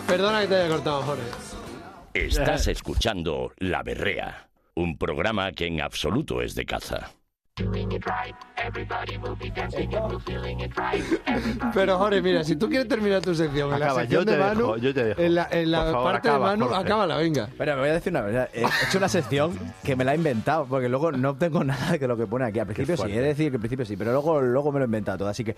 Speaker 3: Perdona que te haya cortado, Jorge.
Speaker 1: Estás escuchando La Berrea, un programa que en absoluto es de caza.
Speaker 3: Pero Jorge, mira, si tú quieres terminar tu sección en la
Speaker 4: Ah. Acaba,
Speaker 3: sección
Speaker 4: yo te
Speaker 3: de Manu,
Speaker 4: dejo, yo te dejo.
Speaker 3: en la, en la
Speaker 4: Por favor,
Speaker 3: parte
Speaker 4: acaba,
Speaker 3: de Manu,
Speaker 4: Jorge.
Speaker 3: acábala, venga.
Speaker 7: Mira, me voy a decir una verdad. He hecho una sección que me la he inventado, porque luego no tengo nada que lo que pone aquí. Al principio sí, he
Speaker 4: fuerte.
Speaker 7: de decir que al principio sí, pero luego, luego me lo he inventado todo. Así que,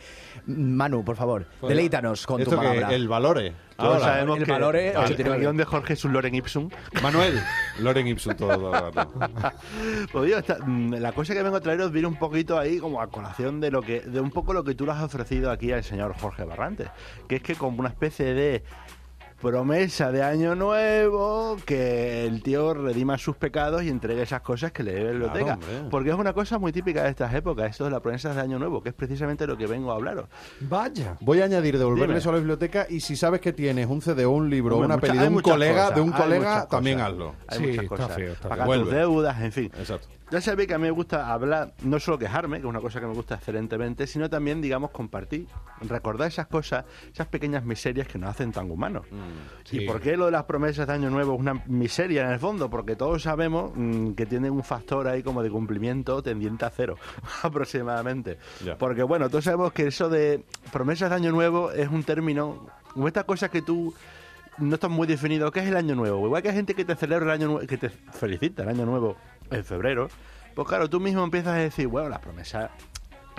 Speaker 7: Manu, por favor, deleítanos con tu
Speaker 2: Esto que
Speaker 7: palabra.
Speaker 2: el valore.
Speaker 4: Todos
Speaker 2: Ahora,
Speaker 4: sabemos
Speaker 7: el
Speaker 4: que
Speaker 7: valor es
Speaker 4: el- el
Speaker 7: 89.
Speaker 4: guión de Jorge es un Loren Ipsum.
Speaker 2: Manuel, Loren Ipsum, todo, todo, todo.
Speaker 4: Pues digo, esta- mm, la cosa que vengo a traeros viene un poquito ahí como a colación de lo que, de un poco lo que tú le has ofrecido aquí al señor Jorge Barrantes, que es que como una especie de promesa de año nuevo, que el tío redima sus pecados y entregue esas cosas que le debe la biblioteca.
Speaker 2: hombre.
Speaker 4: porque es una cosa muy típica de estas épocas, esto de las promesas de año nuevo, que es precisamente lo que vengo a hablaros.
Speaker 3: Vaya.
Speaker 2: Voy a añadir devolverle
Speaker 4: Dime.
Speaker 2: eso a la biblioteca y si sabes que tienes un CD o un libro o
Speaker 4: Hombre,
Speaker 2: una
Speaker 4: mucha-
Speaker 2: peli de
Speaker 4: hay
Speaker 2: un
Speaker 4: muchas
Speaker 2: colega,
Speaker 4: cosas,
Speaker 2: de un
Speaker 4: hay
Speaker 2: colega,
Speaker 4: muchas
Speaker 2: también
Speaker 4: cosas.
Speaker 2: hazlo.
Speaker 4: Hay
Speaker 3: Sí,
Speaker 4: muchas
Speaker 3: está
Speaker 4: cosas.
Speaker 3: feo, está
Speaker 4: Pagar
Speaker 2: feo.
Speaker 4: tus
Speaker 2: Vuelve.
Speaker 4: deudas, en fin.
Speaker 2: Exacto.
Speaker 4: Ya sabéis que a mí me gusta hablar, no solo quejarme, que es una cosa que me gusta excelentemente, sino también, digamos, compartir, recordar esas cosas, esas pequeñas miserias que nos hacen tan humanos.
Speaker 3: sí.
Speaker 4: ¿Y por qué lo de las promesas de Año Nuevo es una miseria en el fondo? Porque todos sabemos mm, que tienen un factor ahí como de cumplimiento tendiente a cero, aproximadamente.
Speaker 2: Ya.
Speaker 4: Porque bueno, todos sabemos que eso de promesas de Año Nuevo es un término, como estas cosas que tú no estás muy definido, ¿qué es el Año Nuevo? Igual que hay gente que te celebra el Año Nuevo, que te felicita el Año Nuevo en febrero, pues claro, tú mismo empiezas a decir, bueno, las promesas,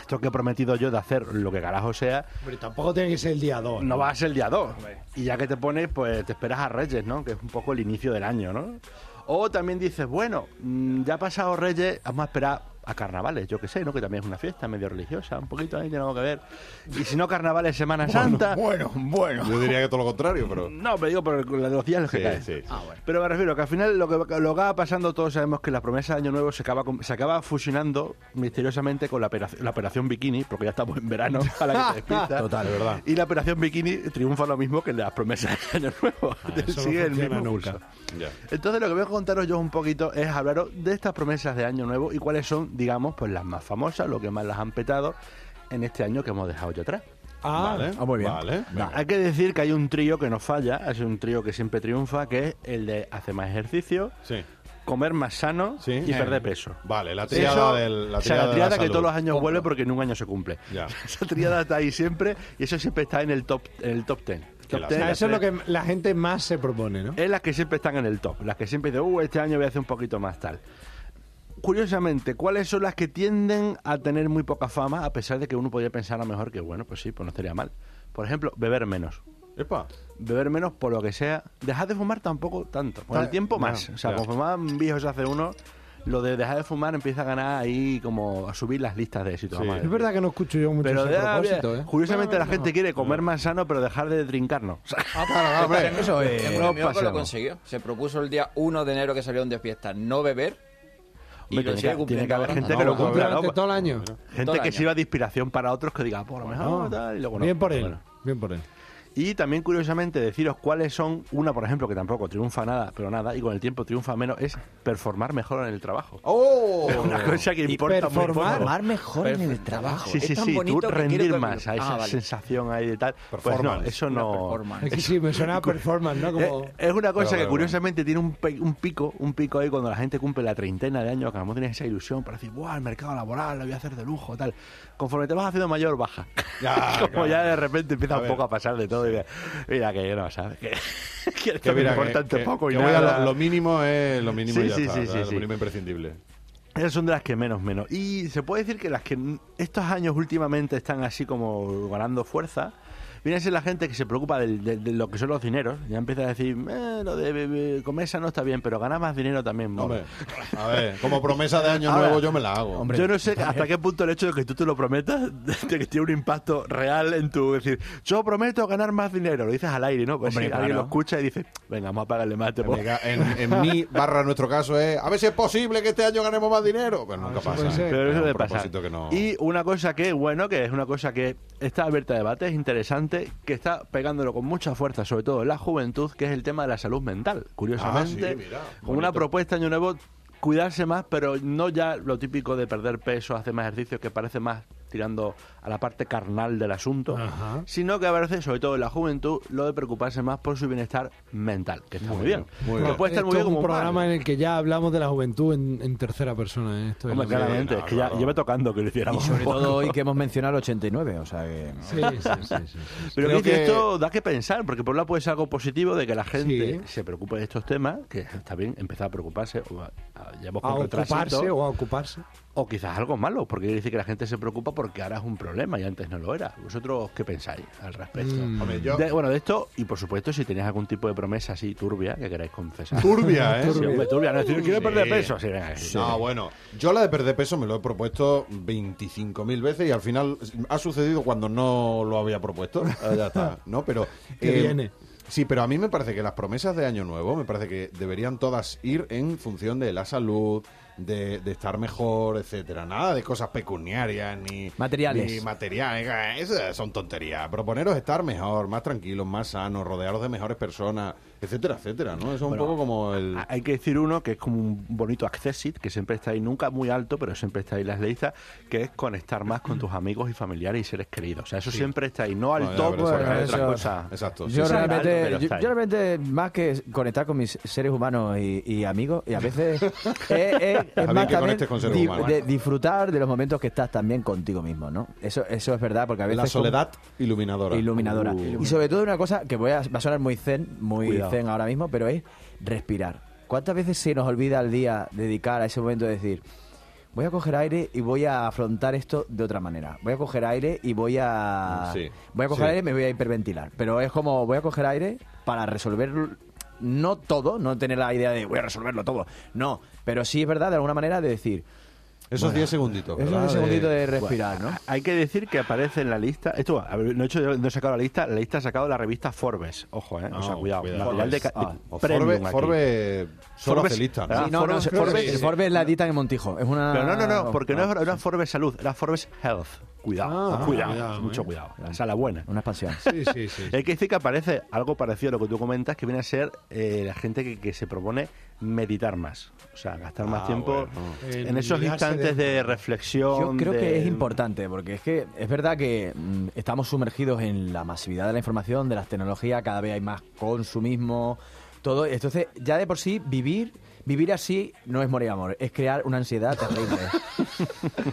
Speaker 4: esto que he prometido yo de hacer lo que carajo sea,
Speaker 3: Hombre, tampoco tiene que ser el día 2.
Speaker 4: no va a ser el día 2. Y ya que te pones, pues te esperas a Reyes, ¿no? Que es un poco el inicio del año, ¿no? O también dices, bueno, mm, ya ha pasado Reyes, vamos a esperar a carnavales, yo que sé, ¿no? Que también es una fiesta medio religiosa, un poquito ahí tiene algo que ver. Y si no, carnavales, Semana Santa.
Speaker 2: Bueno, bueno. Yo diría que todo lo contrario, pero.
Speaker 4: No, pero digo por el- los días en los que
Speaker 2: Sí,
Speaker 4: caen.
Speaker 2: sí, sí.
Speaker 4: Ah, bueno. Pero me refiero que al final lo que lo que acaba pasando, todos sabemos que la promesa de Año Nuevo se acaba, con- se acaba fusionando misteriosamente con la operación, la operación Bikini, porque ya estamos en verano, a la que te despistas.
Speaker 7: Total,
Speaker 2: de verdad.
Speaker 4: Y la operación Bikini triunfa lo mismo que las promesas de Año Nuevo.
Speaker 2: Ah,
Speaker 3: eso no
Speaker 4: Sigue el
Speaker 3: funciona
Speaker 4: mismo
Speaker 3: nunca.
Speaker 4: curso.
Speaker 2: Ya.
Speaker 4: Entonces lo que voy a contaros yo un poquito es hablaros de estas promesas de Año Nuevo y cuáles son, digamos, pues las más famosas, lo que más las han petado en este año que hemos dejado yo atrás.
Speaker 3: Ah,
Speaker 2: vale.
Speaker 7: ah, muy bien.
Speaker 2: Vale.
Speaker 7: Nah.
Speaker 4: Hay que decir que hay un trío que no falla, es un trío que siempre triunfa, que es el de hacer más ejercicio,
Speaker 2: Sí.
Speaker 4: comer más sano
Speaker 2: Sí.
Speaker 4: y perder peso.
Speaker 2: Vale, la
Speaker 4: Eso-
Speaker 2: triada del. La
Speaker 4: o sea, la
Speaker 2: triada, de la
Speaker 4: triada que
Speaker 2: salud.
Speaker 4: todos los años vuelve porque nunca año se cumple.
Speaker 2: Ya.
Speaker 4: Esa triada está ahí siempre y eso siempre está en el top en el top 10. Top
Speaker 2: la-
Speaker 3: O
Speaker 4: 10,
Speaker 3: sea,
Speaker 4: la
Speaker 3: eso es lo
Speaker 4: tres.
Speaker 3: que la gente más se propone, ¿no?
Speaker 4: Es las que siempre están en el top, las que siempre dicen, uh, este año voy a hacer un poquito más tal. Curiosamente, ¿cuáles son las que tienden a tener muy poca fama a pesar de que uno podría pensar a lo mejor que, bueno, pues sí, pues no estaría mal? Por ejemplo, beber menos.
Speaker 2: Epa.
Speaker 4: beber menos por lo que sea. Dejar de fumar tampoco tanto. Con
Speaker 2: Ah,
Speaker 4: el tiempo más.
Speaker 2: no,
Speaker 4: o sea,
Speaker 2: ya.
Speaker 4: conforme más viejos se hace uno, lo de dejar de fumar empieza a ganar ahí como a subir las listas de éxito.
Speaker 2: Sí.
Speaker 4: vamos a
Speaker 3: Es
Speaker 4: decir.
Speaker 3: verdad que no escucho yo mucho
Speaker 4: Pero
Speaker 3: ese
Speaker 4: de-
Speaker 3: propósito, ¿eh?
Speaker 4: curiosamente la gente quiere comer más sano pero dejar de trincarnos. O sea,
Speaker 7: Eso es.
Speaker 6: Mi
Speaker 4: no
Speaker 6: amigo eh, que lo
Speaker 4: pasemos.
Speaker 6: consiguió. Se propuso el día 1 de enero que salieron de fiesta no beber
Speaker 4: Hombre,
Speaker 6: y lo
Speaker 4: tiene
Speaker 6: sigue
Speaker 4: que- tiene
Speaker 6: cumpliendo.
Speaker 4: que haber
Speaker 6: ahora.
Speaker 4: gente
Speaker 6: No,
Speaker 4: que lo
Speaker 6: no,
Speaker 4: cumple.
Speaker 3: Cumple
Speaker 4: claro,
Speaker 3: durante todo el año.
Speaker 6: todo
Speaker 4: gente
Speaker 6: el
Speaker 4: que
Speaker 6: año.
Speaker 4: sirva de inspiración para otros que diga, por lo mejor tal", y luego no.
Speaker 3: Ah, Bien por él.
Speaker 4: Bueno.
Speaker 3: Bien por él.
Speaker 4: Y también curiosamente deciros cuáles son, una por ejemplo que tampoco triunfa nada, pero nada, y con el tiempo triunfa menos, es performar mejor en el trabajo.
Speaker 2: ¡Oh!
Speaker 4: Una cosa que importa muy poco.
Speaker 3: performar.
Speaker 5: Formar mejor en el trabajo.
Speaker 4: Sí,
Speaker 6: Es
Speaker 4: sí,
Speaker 6: tan
Speaker 4: sí, tú
Speaker 6: bonito que quiere todo
Speaker 4: rendir
Speaker 6: el
Speaker 4: más a
Speaker 6: mundo.
Speaker 4: esa
Speaker 6: Ah, vale.
Speaker 4: sensación ahí de tal. Pues no,
Speaker 2: Performance.
Speaker 4: eso
Speaker 6: Una
Speaker 4: no.
Speaker 6: performance.
Speaker 3: Es que sí, me suena a performance, ¿no?
Speaker 4: Eh,
Speaker 3: Como...
Speaker 4: Es una cosa
Speaker 2: Pero,
Speaker 4: que
Speaker 2: pero,
Speaker 4: curiosamente tiene un, pe- un pico, un pico ahí cuando la gente cumple la treintena de años, que a lo mejor tienes esa ilusión para decir, ¡buah, el mercado laboral lo voy a hacer de lujo! tal. Conforme te vas haciendo mayor, baja.
Speaker 2: Ya,
Speaker 4: Como
Speaker 2: claro.
Speaker 4: ya de repente empieza
Speaker 2: A
Speaker 4: un
Speaker 2: ver.
Speaker 4: poco a pasar de todo. Y de, mira que yo no, ¿sabes? Que, que esto
Speaker 2: Que
Speaker 4: me
Speaker 2: mira, que-
Speaker 4: importa
Speaker 2: que-
Speaker 4: poco y
Speaker 2: que voy a
Speaker 4: nada.
Speaker 2: Lo, lo mínimo es lo mínimo y
Speaker 4: Sí,
Speaker 2: ya
Speaker 4: sí,
Speaker 2: está,
Speaker 4: sí,
Speaker 2: o sea,
Speaker 4: sí,
Speaker 2: lo
Speaker 4: sí.
Speaker 2: mínimo imprescindible.
Speaker 4: Esas son de las que menos, menos. Y se puede decir que las que n- estos años últimamente están así como ganando fuerza viene a ser la gente que se preocupa del- de, de lo que son los dineros. Ya empieza a decir, eh, lo de, de- comer esa no está bien, pero ganar más dinero también. mola".
Speaker 2: Hombre, a ver, como promesa de año
Speaker 4: Ahora,
Speaker 2: nuevo yo me la hago.
Speaker 4: Yo no sé hasta qué punto el hecho de que tú te lo prometas de que tiene un impacto real en tu es decir, yo prometo ganar más dinero, lo dices al aire, ¿no? Pues
Speaker 7: Hombre,
Speaker 4: sí, alguien
Speaker 7: claro.
Speaker 4: lo escucha y dice, venga, vamos a pagarle más. Te puedo".
Speaker 2: Venga, En, en mi barra nuestro caso es a ver si es posible que este año ganemos más dinero. Pero nunca
Speaker 3: ver si
Speaker 2: pasa.
Speaker 3: puede ser.
Speaker 4: Pero
Speaker 2: Es
Speaker 4: eso
Speaker 2: un
Speaker 4: de pasar.
Speaker 2: propósito que no-
Speaker 4: Y una cosa que, bueno, que es una cosa que está abierta a debate, es interesante, que está pegándolo con mucha fuerza, sobre todo en la juventud, que es el tema de la salud mental. Curiosamente,
Speaker 2: Ah, sí, mira,
Speaker 4: con una
Speaker 2: bonito.
Speaker 4: propuesta año nuevo, cuidarse más, pero no ya lo típico de perder peso, hacer más ejercicio, que parece más tirando a la parte carnal del asunto,
Speaker 3: Ajá.
Speaker 4: sino que a veces, sobre todo en la juventud, lo de preocuparse más por su bienestar mental, que está muy, bien.
Speaker 2: muy
Speaker 4: Que
Speaker 2: bien.
Speaker 4: puede estar muy
Speaker 3: Esto
Speaker 4: bien
Speaker 3: es un
Speaker 4: como mal.
Speaker 3: programa en el que ya hablamos de la juventud en, en tercera persona. ¿eh? Esto es
Speaker 4: Hombre,
Speaker 3: lo que-
Speaker 4: claramente, es que ya
Speaker 2: claro.
Speaker 4: lleva tocando que lo hiciéramos.
Speaker 7: Y sobre todo hoy que hemos mencionado el 89, o sea que...
Speaker 3: Sí, sí, sí, sí, sí.
Speaker 4: Pero
Speaker 2: Creo
Speaker 4: que
Speaker 2: que-
Speaker 4: esto da que pensar, porque por un lado puede ser algo positivo de que la
Speaker 3: Sí.
Speaker 4: gente se preocupe de estos temas, que está bien empezar a preocuparse, o a, a- llevamos
Speaker 3: A
Speaker 4: con retrasito,
Speaker 3: ocuparse o a ocuparse.
Speaker 4: o quizás algo malo, porque quiere decir que la gente se preocupa porque ahora es un problema y antes no lo era. ¿Vosotros qué pensáis al respecto?
Speaker 3: Mm.
Speaker 2: Hombre, yo-
Speaker 4: De- bueno, de esto, y por supuesto, si tenéis algún tipo de promesa así turbia que queráis confesar.
Speaker 2: Turbia, ¿eh?
Speaker 4: Sí, hombre, turbia, no, es decir, quiero
Speaker 2: Sí.
Speaker 4: perder peso. sí, venga, sí.
Speaker 2: No, Ah, bueno, yo la de perder peso me lo he propuesto 25.000 veces y al final ha sucedido cuando no lo había propuesto. Ah, Ya está, ¿no? Pero. eh,
Speaker 3: Que viene.
Speaker 2: Sí, pero a mí me parece que las promesas de Año Nuevo me parece que deberían todas ir en función de la salud, de, de estar mejor, etcétera. Nada de cosas pecuniarias ni
Speaker 7: Materiales.
Speaker 2: Ni materiales, eh, esas son tonterías. Proponeros estar mejor, más tranquilos, más sanos, rodearos de mejores personas, etcétera, etcétera. ¿no? Eso es un poco como el.
Speaker 4: Ah, Hay que decir uno que es como un bonito accessit, que siempre está ahí, nunca muy alto, pero siempre está ahí las listas, que es conectar más con tus amigos y familiares y seres queridos. O sea, eso siempre está ahí, no al
Speaker 2: Bueno, ya,
Speaker 4: top,
Speaker 2: pero eso
Speaker 4: porque
Speaker 2: es
Speaker 4: hay
Speaker 2: otra
Speaker 4: otras
Speaker 2: cosa.
Speaker 4: cosas.
Speaker 2: Exacto. sí,
Speaker 7: Yo
Speaker 2: sí.
Speaker 4: Algo, pero
Speaker 7: realmente, yo,
Speaker 4: está ahí.
Speaker 7: yo realmente, más que conectar con mis seres humanos y, y amigos, y a veces es, es- es
Speaker 2: bien
Speaker 7: más
Speaker 2: que
Speaker 7: también
Speaker 2: conectes con seres
Speaker 7: di-
Speaker 2: humanos.
Speaker 7: de disfrutar de los momentos que estás también contigo mismo, ¿no? Eso, eso es verdad, porque a veces...
Speaker 2: La
Speaker 7: como-
Speaker 2: soledad iluminadora.
Speaker 7: Iluminadora.
Speaker 2: Uh.
Speaker 7: Y sobre todo una cosa que voy a, va a sonar muy zen, muy zen ahora mismo, pero es respirar. ¿Cuántas veces se nos olvida al día dedicar a ese momento de decir, voy a coger aire y voy a afrontar esto de otra manera? Voy a coger aire y voy a...
Speaker 2: Sí,
Speaker 7: Voy a coger
Speaker 2: sí.
Speaker 7: aire y me voy a hiperventilar. Pero es como, voy a coger aire para resolver... No todo, no tener la idea de voy a resolverlo todo. No, pero sí es verdad, de alguna manera, de decir,
Speaker 2: Esos 10 segunditos.
Speaker 7: es
Speaker 2: ¿verdad?
Speaker 7: un segundito de
Speaker 2: Bueno,
Speaker 7: respirar, ¿no?
Speaker 4: Hay que decir que aparece en la lista. Esto, a ver, no he, hecho, yo- no he sacado la lista, la lista ha sacado la revista Forbes. Ojo, eh. o sea,
Speaker 2: No,
Speaker 4: cuidado.
Speaker 2: cuidado.
Speaker 4: material de ca-
Speaker 7: Ah,
Speaker 4: de
Speaker 2: o
Speaker 4: premium
Speaker 2: Forbe,
Speaker 4: aquí.
Speaker 2: Forbe solo
Speaker 4: Forbes-
Speaker 2: hace lista, ¿no?
Speaker 4: Ah,
Speaker 7: Sí, no, no,
Speaker 4: Forbes-
Speaker 7: Forbes,
Speaker 4: Forbes-
Speaker 7: Forbes la editan en Montijo. Es una...
Speaker 4: Pero no, no, no, porque no,
Speaker 7: Ah.
Speaker 4: era Forbes Salud, era Forbes Health. Cuidado,
Speaker 3: Ah,
Speaker 4: cuidado,
Speaker 3: cuidado,
Speaker 4: mucho
Speaker 3: eh.
Speaker 4: cuidado. O sea, la buena.
Speaker 7: Una expansión.
Speaker 3: Sí, sí, sí.
Speaker 4: Hay que decir que aparece algo parecido a lo que tú comentas, que viene a ser eh, la gente que, que se propone meditar más. O sea, gastar más
Speaker 2: Ah,
Speaker 4: tiempo
Speaker 2: bueno.
Speaker 4: en
Speaker 3: En
Speaker 4: esos
Speaker 3: olvidarse
Speaker 4: instantes
Speaker 3: de-
Speaker 4: de reflexión.
Speaker 7: Yo creo
Speaker 4: de-
Speaker 7: que es importante, porque es que es verdad que mm, estamos sumergidos en la masividad de la información, de las tecnologías, cada vez hay más consumismo, todo. Entonces, ya de por sí, vivir, vivir así no es morir amor, es crear una ansiedad terrible.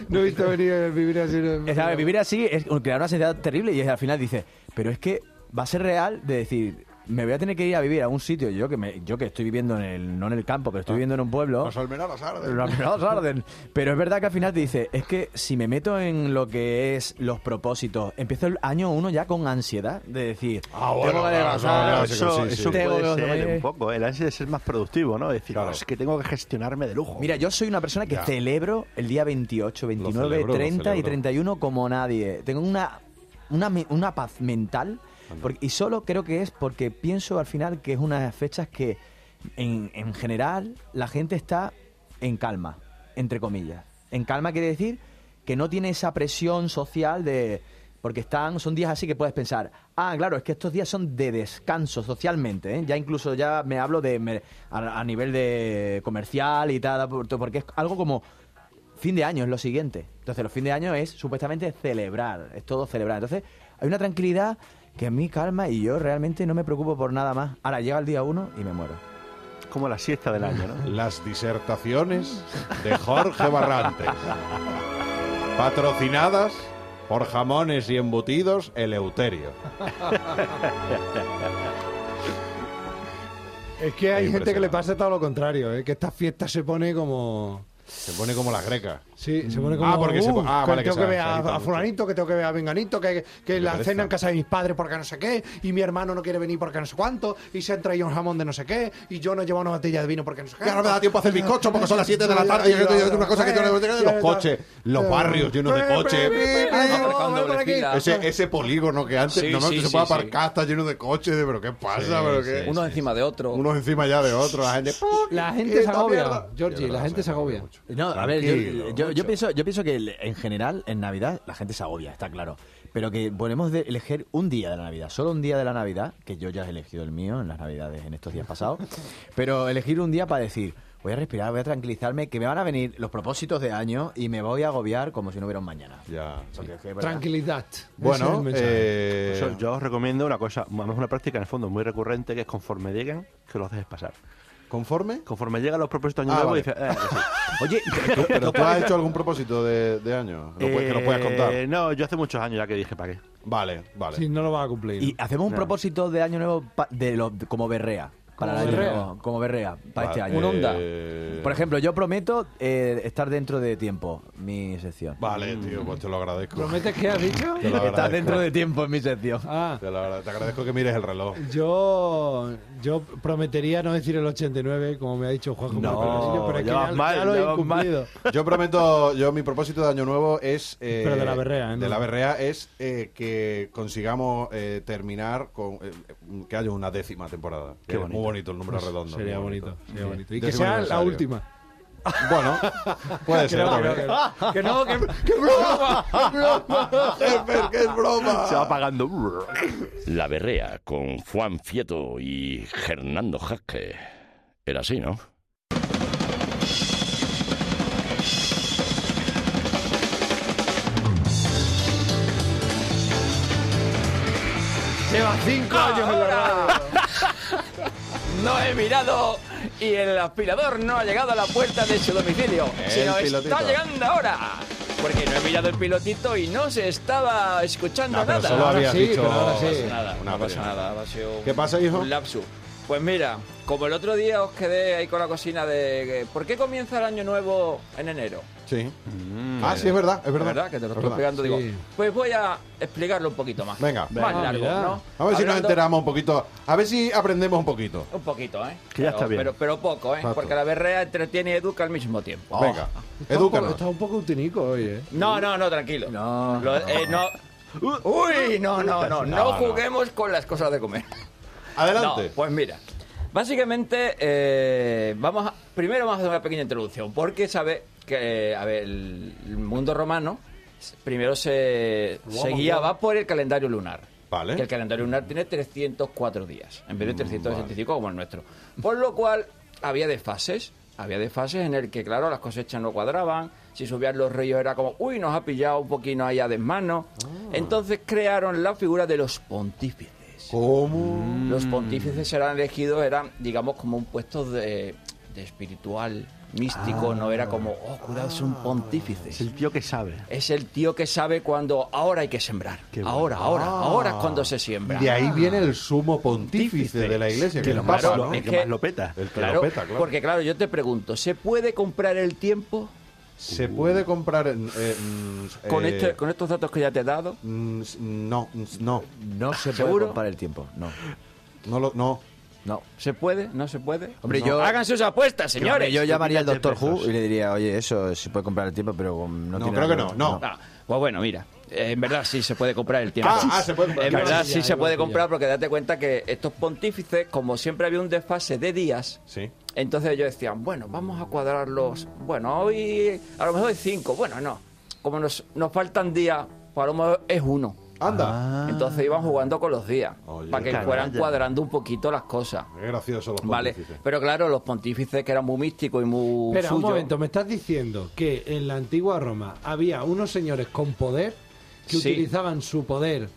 Speaker 3: No he visto venir el vivir así. no-
Speaker 7: Es saber, vivir así es crear una ansiedad terrible y al final dices, pero es que va a ser real de decir, me voy a tener que ir a vivir a un sitio, yo que, me, yo que estoy viviendo en el, no en el campo, pero estoy viviendo en un pueblo.
Speaker 2: Los almenaras arden.
Speaker 7: Pero al final arden. Pero es verdad que al final te dice, es que si me meto en lo que es los propósitos, empiezo el año uno ya con ansiedad de decir,
Speaker 2: Ah, bueno,
Speaker 7: tengo que
Speaker 2: claro,
Speaker 7: adelgazar,
Speaker 2: claro,
Speaker 4: Eso,
Speaker 2: Sí, sí,
Speaker 4: eso
Speaker 2: sí.
Speaker 7: tengo
Speaker 4: puede
Speaker 7: que-
Speaker 4: ser un poco, ¿eh? el ansia de ser más productivo, ¿no? De decir,
Speaker 2: Claro.
Speaker 4: "Oh, es que tengo que gestionarme de lujo.
Speaker 7: Mira, yo soy una persona que
Speaker 2: Ya.
Speaker 7: celebro el día 28, 29,
Speaker 2: Lo celebro, lo
Speaker 7: 30 y
Speaker 2: celebro.
Speaker 7: 31 como nadie. Tengo una, una, me- una paz mental porque- y solo creo que es porque pienso al final que es una de las fechas que en, en general la gente está en calma, entre comillas. En calma quiere decir que no tiene esa presión social de... Porque están, son días así que puedes pensar, ah, claro, es que estos días son de descanso socialmente, ¿eh? ya incluso ya me hablo de me- a, a nivel de comercial y tal, por- porque es algo como fin de año es lo siguiente. Entonces, los fin de año es supuestamente celebrar, es todo celebrar. Entonces, hay una tranquilidad que a mí calma y yo realmente no me preocupo por nada más. Ahora llega el día uno y me muero.
Speaker 4: Es como la siesta del año, ¿no?
Speaker 2: Las disertaciones de Jorge Barrantes. patrocinadas por jamones y embutidos Eleuterio.
Speaker 3: Es que hay gente que
Speaker 2: Es impresionante.
Speaker 3: le pasa todo lo contrario, ¿eh? que esta fiesta se pone como...
Speaker 2: Se pone como las grecas.
Speaker 8: Sí, se
Speaker 3: Mm.
Speaker 8: pone como. "Uh,
Speaker 2: Ah, porque se po- ah,
Speaker 8: que
Speaker 2: vale, que
Speaker 8: tengo que,
Speaker 2: se-
Speaker 8: ver
Speaker 2: se
Speaker 8: a,
Speaker 2: agita
Speaker 8: a
Speaker 2: mucho.
Speaker 8: Fulanito, que tengo que ver a Venganito, que, que la
Speaker 2: parece.
Speaker 8: cena en casa de mis padres porque no sé qué, y mi hermano no quiere venir porque no sé cuánto, y se han traído un jamón de no sé qué, y yo no llevo una botella de vino porque no sé qué.
Speaker 2: Y ahora me da tiempo a hacer bizcocho porque son las 7 de la tarde. Y yo tengo que hacer una cosa que yo no tengo que- Los coches, los barrios llenos de coches. Ese, ese polígono que antes
Speaker 6: Sí,
Speaker 2: normalmente
Speaker 6: sí,
Speaker 2: se
Speaker 6: sí,
Speaker 2: puede
Speaker 6: sí.
Speaker 2: aparcar, está lleno de coches, de, pero ¿qué pasa? pero qué?
Speaker 6: Unos encima de otro.
Speaker 2: Unos encima ya de otros, la gente.
Speaker 8: La
Speaker 2: Qué
Speaker 8: gente se agobia,
Speaker 2: mierda.
Speaker 8: Georgie,
Speaker 2: Yo
Speaker 8: la
Speaker 2: no
Speaker 8: gente
Speaker 2: sé,
Speaker 8: se agobia.
Speaker 2: mucho.
Speaker 7: No, a ver, yo,
Speaker 2: Tranquilo,
Speaker 7: yo- yo
Speaker 2: mucho.
Speaker 7: pienso, yo pienso que el- en general en Navidad la gente se agobia, está claro. Pero que volvemos de elegir un día de la Navidad, solo un día de la Navidad, que yo ya he elegido el mío en las Navidades en estos días pasados, pero elegir un día para decir, voy a respirar, voy a tranquilizarme, que me van a venir los propósitos de año y me voy a agobiar como si no hubiera un mañana.
Speaker 2: Ya.
Speaker 7: Porque es que es verdad.
Speaker 8: Tranquilidad. Ese es el
Speaker 2: Bueno,
Speaker 8: mensaje.
Speaker 2: eh,
Speaker 4: Por eso Pues yo os recomiendo una cosa, además una práctica en el fondo muy recurrente, que es conforme llegan, que lo haces pasar.
Speaker 2: ¿conforme?
Speaker 4: Conforme llegan los propósitos de año
Speaker 2: Ah,
Speaker 4: nuevo,
Speaker 2: vale.
Speaker 4: dices, eh, que sí.
Speaker 7: Oye,
Speaker 2: ¿Tú- ¿Pero tú has hecho algún propósito de, de año? ¿Lo puedes- que lo puedas
Speaker 4: Eh,
Speaker 2: contar.
Speaker 4: No, yo hace muchos años ya que dije, ¿para qué?
Speaker 2: Vale, vale.
Speaker 8: Si no lo vas a cumplir.
Speaker 7: y hacemos un
Speaker 4: No.
Speaker 7: propósito de año nuevo pa- de lo- como berrea. Para
Speaker 8: ¿Como
Speaker 7: el año
Speaker 8: berrea?
Speaker 7: nuevo, como berrea, para este
Speaker 2: Vale,
Speaker 7: año.
Speaker 2: eh,
Speaker 7: Por ejemplo, yo prometo eh, estar dentro de tiempo, mi sección.
Speaker 2: Vale, tío, pues te lo agradezco.
Speaker 8: ¿Prometes que ¿Este has dicho?
Speaker 2: Te lo
Speaker 7: Estás
Speaker 2: agradezco.
Speaker 7: dentro de tiempo en mi sección.
Speaker 8: Ah,
Speaker 2: Te, lo agra- te agradezco que mires el reloj.
Speaker 8: yo, yo prometería no decir el 89, como me ha dicho Juanjo.
Speaker 7: No,
Speaker 8: Marcelino, pero es que
Speaker 4: ya
Speaker 8: ya,
Speaker 4: vas mal,
Speaker 8: ya lo he
Speaker 4: ya vas mal.
Speaker 8: incumplido.
Speaker 2: Yo prometo, yo mi propósito de año nuevo es... eh,
Speaker 8: Pero de la berrea, ¿eh?
Speaker 2: De la berrea es eh, que consigamos eh, terminar con... eh, que haya una décima temporada. Que es
Speaker 4: bonito.
Speaker 2: Muy bonito el número redondo.
Speaker 8: Pues Sería
Speaker 2: muy
Speaker 8: bonito, sería
Speaker 2: Sí.
Speaker 8: bonito. Y que
Speaker 2: Décimo
Speaker 8: sea la
Speaker 2: aniversario.
Speaker 8: última.
Speaker 2: Bueno, puede
Speaker 8: Que
Speaker 2: ser
Speaker 8: no, que
Speaker 2: también.
Speaker 8: no, que no, que, que broma, que broma.
Speaker 2: Jefe, que es broma.
Speaker 4: Se va apagando.
Speaker 1: La Berrea con Juan Fieto y Hernando Jaque. Era así, ¿no?
Speaker 8: Lleva cinco años en la radio.
Speaker 6: No he mirado y el aspirador no ha llegado a la puerta de su domicilio,
Speaker 2: El
Speaker 6: sino
Speaker 2: pilotito.
Speaker 6: está llegando ahora. Porque no he mirado el pilotito y no se estaba escuchando
Speaker 2: No, pero
Speaker 6: nada.
Speaker 2: solo
Speaker 8: Ahora
Speaker 2: habías
Speaker 8: sí,
Speaker 2: dicho...
Speaker 8: pero ahora sí.
Speaker 6: Nada,
Speaker 2: Una
Speaker 6: no pasa
Speaker 2: pena.
Speaker 6: nada, ha sido un-
Speaker 2: ¿Qué pasa, hijo?
Speaker 6: Un lapsus. Pues mira, como el otro día os quedé ahí con la cocina de eh, ¿por qué comienza el año nuevo en enero?
Speaker 2: Sí. Ah, sí, es verdad, es verdad.
Speaker 6: Mm. Que te lo
Speaker 2: Es
Speaker 6: estoy
Speaker 2: verdad.
Speaker 6: explicando,
Speaker 8: Sí.
Speaker 6: digo. Pues voy a explicarlo un poquito más.
Speaker 2: Venga.
Speaker 6: Más
Speaker 8: Ah,
Speaker 6: largo,
Speaker 8: mira.
Speaker 6: ¿no?
Speaker 2: A ver si nos
Speaker 6: Hablando-
Speaker 2: enteramos un poquito. A ver si aprendemos un poquito.
Speaker 6: Un poquito, ¿eh?
Speaker 4: Que ya
Speaker 6: Pero-
Speaker 4: está bien.
Speaker 6: Pero, pero poco, ¿eh?
Speaker 2: Exacto.
Speaker 6: Porque la berrea entretiene y educa al mismo tiempo.
Speaker 2: Venga,
Speaker 8: Está un, poco,
Speaker 2: edúcanos.
Speaker 8: está un poco utinico hoy, ¿eh?
Speaker 6: No, no, no, tranquilo. No. eh, no. Uy, no, no, no.
Speaker 2: No,
Speaker 6: No,
Speaker 2: no.
Speaker 6: juguemos con las cosas de comer.
Speaker 2: Adelante.
Speaker 6: No, pues mira. Básicamente, eh, vamos a- primero vamos a hacer una pequeña introducción, porque sabe que eh, a ver, el, el mundo romano s- primero se, se guiaba por el calendario lunar.
Speaker 2: Vale. Mm,
Speaker 6: Que el calendario lunar tiene 304 días, en vez de 365 como el nuestro. Por lo cual, había desfases. Había desfases en el que, claro, las cosechas no cuadraban. Si subían los ríos era como, uy, nos ha pillado un poquito ahí a desmano.
Speaker 2: Ah.
Speaker 6: Entonces crearon la figura de los pontífices.
Speaker 2: ¿Cómo?
Speaker 6: Los pontífices eran elegidos, eran, digamos, como un puesto de, de espiritual, místico, no era como, oh, cuidado, es un pontífice.
Speaker 4: Es el tío que sabe.
Speaker 6: Es el tío que sabe cuando ahora hay que sembrar.
Speaker 4: Qué bueno.
Speaker 6: Ahora, ahora,
Speaker 2: Ah.
Speaker 6: ahora es cuando se siembra.
Speaker 2: De ahí viene el sumo pontífice de la iglesia, que, es el
Speaker 4: más
Speaker 2: Papa,
Speaker 6: claro,
Speaker 2: ¿no?
Speaker 6: es
Speaker 4: el que
Speaker 6: que-
Speaker 4: más lo peta.
Speaker 2: El que
Speaker 6: Claro,
Speaker 2: lo peta, claro.
Speaker 6: Porque claro, yo te pregunto, ¿se puede comprar el tiempo
Speaker 2: Se puede comprar... en- eh, mm,
Speaker 6: con,
Speaker 2: eh,
Speaker 6: este- con estos datos que ya te he dado?
Speaker 2: mm, s- No, mm, s- no,
Speaker 7: No se puede
Speaker 6: ¿Seguro?
Speaker 7: comprar el tiempo, no.
Speaker 2: no, lo- no.
Speaker 7: No.
Speaker 6: ¿Se puede? ¿No se puede?
Speaker 7: Hombre,
Speaker 6: No.
Speaker 7: yo-
Speaker 6: Hagan sus apuestas, señores.
Speaker 7: yo llamaría al
Speaker 4: Jeff
Speaker 7: doctor Who
Speaker 4: Bezos.
Speaker 7: y le diría, oye, eso se puede comprar el tiempo, pero
Speaker 2: No,
Speaker 7: no, tiene
Speaker 2: creo que
Speaker 7: nada
Speaker 2: no, no.
Speaker 6: Ah, pues bueno, mira. eh, En verdad sí se puede comprar el tiempo.
Speaker 2: Ah, ah, se puede comprar.
Speaker 6: En
Speaker 2: Claro,
Speaker 6: verdad
Speaker 8: sí,
Speaker 6: sí
Speaker 8: ya,
Speaker 6: se
Speaker 8: igual
Speaker 6: puede
Speaker 8: que yo.
Speaker 6: comprar porque date cuenta que estos pontífices, como siempre había un desfase de días,
Speaker 2: Sí.
Speaker 6: entonces ellos decían, bueno, vamos a cuadrarlos. Bueno, hoy a lo mejor es cinco. Bueno, no. Como nos, nos faltan días, para lo mejor es uno.
Speaker 8: Ah.
Speaker 2: Anda.
Speaker 6: Entonces iban jugando con los días
Speaker 2: Ah. Oye,
Speaker 6: para que
Speaker 4: canalla.
Speaker 6: fueran cuadrando un poquito las cosas.
Speaker 2: Qué gracioso los
Speaker 6: Vale,
Speaker 2: pontífices.
Speaker 6: pero claro, los pontífices que eran muy místicos y muy
Speaker 8: Espera, un
Speaker 6: suyos-
Speaker 8: momento, me estás diciendo que en la antigua Roma había unos señores con poder que
Speaker 6: Sí.
Speaker 8: utilizaban su poder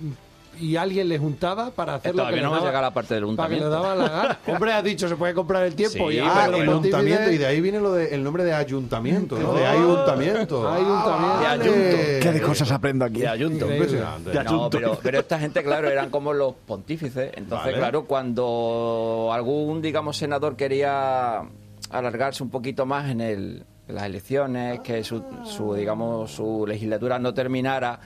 Speaker 8: mm, y alguien les juntaba para hacer lo que
Speaker 6: Todavía
Speaker 8: les
Speaker 6: no hemos
Speaker 8: daba-
Speaker 6: llegado a la parte del
Speaker 8: Para que le
Speaker 6: untamiento.
Speaker 8: daba la gana. Hombre, has dicho, se puede comprar el tiempo.
Speaker 6: Sí,
Speaker 8: y
Speaker 2: Ah,
Speaker 8: ahora los
Speaker 2: el
Speaker 8: pontífices-
Speaker 2: ayuntamiento, y de ahí viene lo de, el nombre de ayuntamiento, ¿no? De
Speaker 8: Ah, ayuntamiento.
Speaker 2: ayuntamiento. Ah, vale.
Speaker 6: De
Speaker 7: ¿Qué de cosas aprendo aquí?
Speaker 6: de ayunto.
Speaker 8: Increíble.
Speaker 2: Impresionante.
Speaker 4: De
Speaker 6: No,
Speaker 4: ayunto.
Speaker 6: pero, pero esta gente, claro, eran como los pontífices. Entonces,
Speaker 2: Vale.
Speaker 6: claro, cuando algún, digamos, senador quería alargarse un poquito más en el, las elecciones, que su, su, digamos, su legislatura no terminara,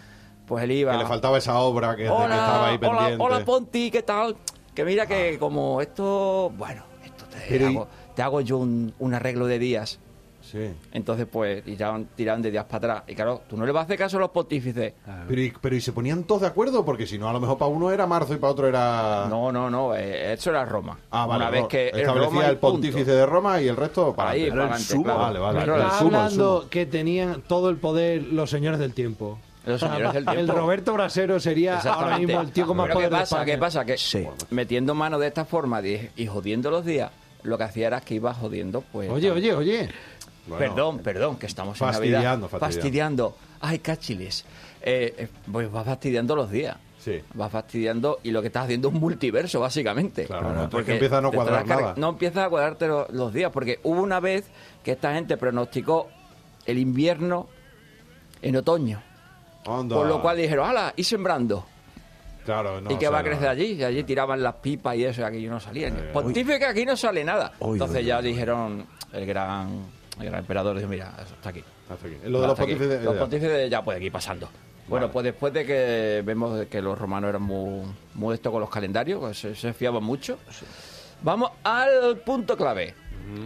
Speaker 6: pues él iba...
Speaker 2: Que le faltaba esa obra que, de que
Speaker 6: hola,
Speaker 2: estaba ahí
Speaker 6: hola,
Speaker 2: pendiente.
Speaker 6: hola, Ponti, ¿qué tal? Que mira que como esto, bueno, esto te,
Speaker 2: Pero y-
Speaker 6: hago, te hago yo un, un arreglo de días.
Speaker 2: Sí.
Speaker 6: Entonces, pues, tiraron, tiraron de días para atrás. Y claro, tú no le vas a hacer caso a los pontífices.
Speaker 2: Pero, y- pero ¿y se ponían todos de acuerdo? Porque si no, a lo mejor para uno era marzo y para otro era...
Speaker 6: No, no, no, eh, eso era Roma.
Speaker 2: Ah, vale.
Speaker 6: Una vez
Speaker 2: no,
Speaker 6: que es
Speaker 2: establecía
Speaker 6: Roma y
Speaker 2: el pontífice
Speaker 6: punto.
Speaker 2: de Roma y el resto para
Speaker 6: Ahí,
Speaker 2: adelante.
Speaker 6: para
Speaker 2: Era el
Speaker 6: adelante,
Speaker 2: sumo.
Speaker 6: claro.
Speaker 2: Vale, vale.
Speaker 6: Claro,
Speaker 2: el
Speaker 8: Está
Speaker 2: sumo, el
Speaker 8: hablando
Speaker 2: sumo.
Speaker 8: que tenían todo el poder los señores del tiempo.
Speaker 6: Los señores del
Speaker 8: El
Speaker 6: tiempo.
Speaker 8: Roberto Brasero sería ahora
Speaker 6: Exactamente.
Speaker 8: mismo el tío con más
Speaker 6: Pero
Speaker 8: poder
Speaker 6: ¿qué
Speaker 8: de
Speaker 6: pasa?
Speaker 8: España.
Speaker 6: ¿Qué pasa? Que metiendo mano de esta forma di- y jodiendo los días, lo que hacía era que iba jodiendo, pues...
Speaker 8: Oye, oye, oye.
Speaker 2: Bueno, eh,
Speaker 6: perdón, perdón, que estamos en
Speaker 2: Fastidiando,
Speaker 6: Navidad.
Speaker 2: fastidiando.
Speaker 6: Fastidiando. Ay, cáchiles. Eh, eh, pues va fastidiando los días.
Speaker 2: Sí.
Speaker 6: Va fastidiando y lo que estás haciendo es un multiverso, básicamente.
Speaker 2: Claro, no, es que empieza a no
Speaker 6: te estás
Speaker 2: cuadrar
Speaker 6: car-
Speaker 2: nada.
Speaker 6: No empiezas a cuadrarte lo- los días, porque hubo una vez que esta gente pronosticó el invierno en otoño.
Speaker 2: Onda.
Speaker 6: Por lo cual dijeron, ala, y sembrando.
Speaker 2: Claro, no,
Speaker 6: ¿Y qué
Speaker 2: o sea,
Speaker 6: va a
Speaker 2: no. Eh,
Speaker 6: crecer allí? Y allí tiraban las pipas y eso, y aquí no salía. Pontífice, que aquí no sale nada. Entonces ya dijeron el gran, el gran emperador, dijo, mira, eso está aquí.
Speaker 2: Hasta aquí. Lo de los
Speaker 6: Hasta aquí.
Speaker 2: pontífices...
Speaker 6: Los
Speaker 2: ya.
Speaker 6: pontífices ya puede ir pasando. Bueno, pues después de que vemos que los romanos eran muy, muy esto con los calendarios, pues se, se fiaban mucho, vamos al punto clave.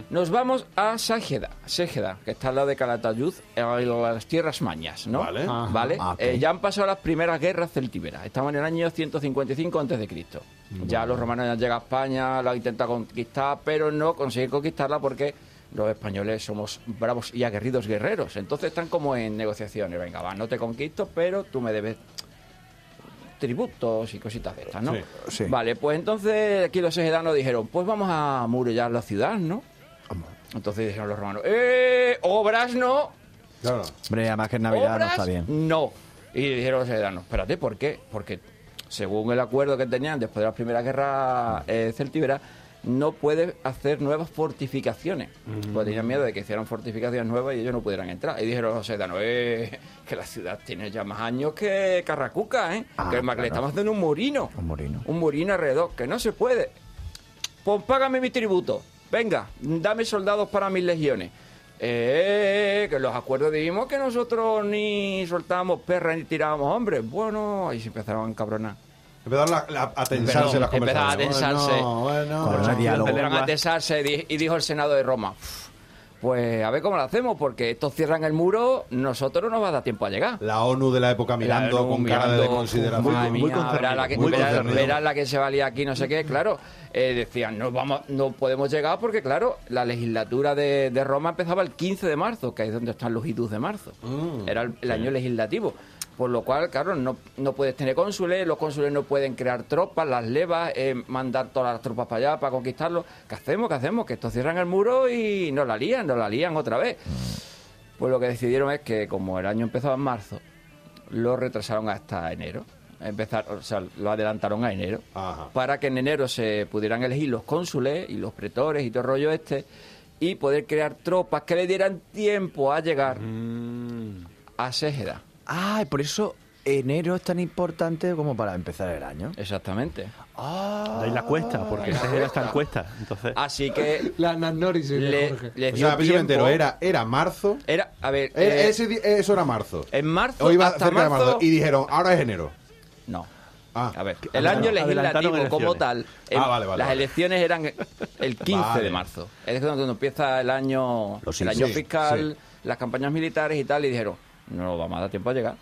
Speaker 6: Nos vamos a Ságeda, Ségeda, que está al lado de Calatayud, en las tierras mañas, ¿no?
Speaker 2: Vale.
Speaker 8: Ajá,
Speaker 6: Vale.
Speaker 7: Ah, ok.
Speaker 6: Eh, ya han pasado las primeras guerras celtíberas. Estaban en el año 155 antes de Cristo.
Speaker 7: Mm,
Speaker 6: Ya los romanos han llegado a España, la han intentado conquistar, pero no consiguen conquistarla porque los españoles somos bravos y aguerridos guerreros. Entonces están como en negociaciones. Venga, va, no te conquisto, pero tú me debes tributos y cositas de estas, ¿no?
Speaker 2: Sí,
Speaker 7: sí.
Speaker 6: Vale, pues entonces aquí los ejedanos dijeron, pues vamos a murallar la ciudad, ¿no? Entonces dijeron los romanos, ¡eh! ¡Obras no!
Speaker 2: Claro.
Speaker 7: Hombre, además que en Navidad no
Speaker 6: obras,
Speaker 7: está bien.
Speaker 6: no. Y dijeron los sedanos, espérate, ¿por qué? Porque según el acuerdo que tenían después de la Primera Guerra eh, Celtíbera, no puede hacer nuevas fortificaciones. Porque tenían miedo de que hicieran fortificaciones nuevas y ellos no pudieran entrar. Y dijeron los sedanos, eh, que la ciudad tiene ya más años que Carracuca, ¿eh?
Speaker 7: Ah,
Speaker 6: que más que le estamos haciendo un murino.
Speaker 7: Un murino.
Speaker 6: Un murino alrededor, que no se puede. Pues págame mi tributo. Venga, dame soldados para mis legiones. Eh, que los acuerdos dijimos que nosotros ni soltábamos perras ni tirábamos hombres. Bueno, ahí se empezaron a encabronar.
Speaker 2: Empezaron la- la- a tensarse
Speaker 6: Perdón,
Speaker 2: las
Speaker 6: empezaron a
Speaker 2: conversaciones.
Speaker 6: tensarse.
Speaker 2: Bueno, bueno,
Speaker 7: Con el diálogo.
Speaker 6: Empezaron a tesarse di- y dijo el Senado de Roma, "Uf, pues a ver cómo lo hacemos, porque estos cierran el muro, nosotros no nos va a dar tiempo a llegar.
Speaker 2: La ONU de la época mirando
Speaker 6: Claro,
Speaker 2: con cara
Speaker 6: mirando,
Speaker 2: de desconsideración.
Speaker 6: madre
Speaker 4: muy
Speaker 6: mía,
Speaker 4: concernido,
Speaker 6: verá la que,
Speaker 2: muy
Speaker 6: verá-
Speaker 2: concernido.
Speaker 6: verá la que se valía aquí, no sé qué, claro. eh, decían, no, vamos, no podemos llegar porque, claro, la legislatura de, de Roma empezaba el 15 de marzo, que es donde están los idus de marzo.
Speaker 2: Mm,
Speaker 6: Era el, el año legislativo. Por lo cual, claro, no, no puedes tener cónsules, los cónsules no pueden crear tropas, las levas, eh, mandar todas las tropas para allá para conquistarlos. ¿Qué hacemos? ¿Qué hacemos? Que estos cierran el muro y nos la lían, nos la lían otra vez. Pues lo que decidieron es que como el año empezaba en marzo, lo retrasaron hasta enero. Empezaron, o sea, lo adelantaron a enero.
Speaker 2: Ajá.
Speaker 6: Para que en enero se pudieran elegir los cónsules y los pretores y todo el rollo este. Y poder crear tropas que le dieran tiempo a llegar
Speaker 2: Mm.
Speaker 6: a Ségeda.
Speaker 7: Ay, por eso enero es tan importante como para empezar el año.
Speaker 6: Exactamente.
Speaker 4: De ahí la cuesta, porque
Speaker 6: La
Speaker 4: ese era tan cuesta. Entonces,
Speaker 6: Así que
Speaker 8: La Nannoris de
Speaker 6: le,
Speaker 8: Jorge.
Speaker 6: les
Speaker 2: O
Speaker 6: dio
Speaker 2: sea, al principio
Speaker 6: tiempo.
Speaker 2: entero, era, era marzo.
Speaker 6: Era, a ver...
Speaker 2: Era-
Speaker 6: eh,
Speaker 2: ese di- eso era marzo.
Speaker 6: en marzo
Speaker 2: O iba
Speaker 6: hasta
Speaker 2: cerca de
Speaker 6: marzo...
Speaker 2: marzo. Y dijeron, ahora es enero.
Speaker 6: No.
Speaker 2: Ah.
Speaker 6: A ver, el
Speaker 4: Adelantaron-
Speaker 6: año
Speaker 4: adelantaron
Speaker 6: legislativo como
Speaker 4: elecciones.
Speaker 6: tal,
Speaker 2: Ah,
Speaker 6: em,
Speaker 2: vale, vale,
Speaker 6: las
Speaker 2: vale.
Speaker 6: elecciones eran el 15
Speaker 2: Vale.
Speaker 6: de marzo. Es cuando empieza el año,
Speaker 2: Los
Speaker 6: el año
Speaker 2: sí,
Speaker 6: fiscal, las campañas militares y tal, y dijeron, no vamos a dar tiempo a llegar,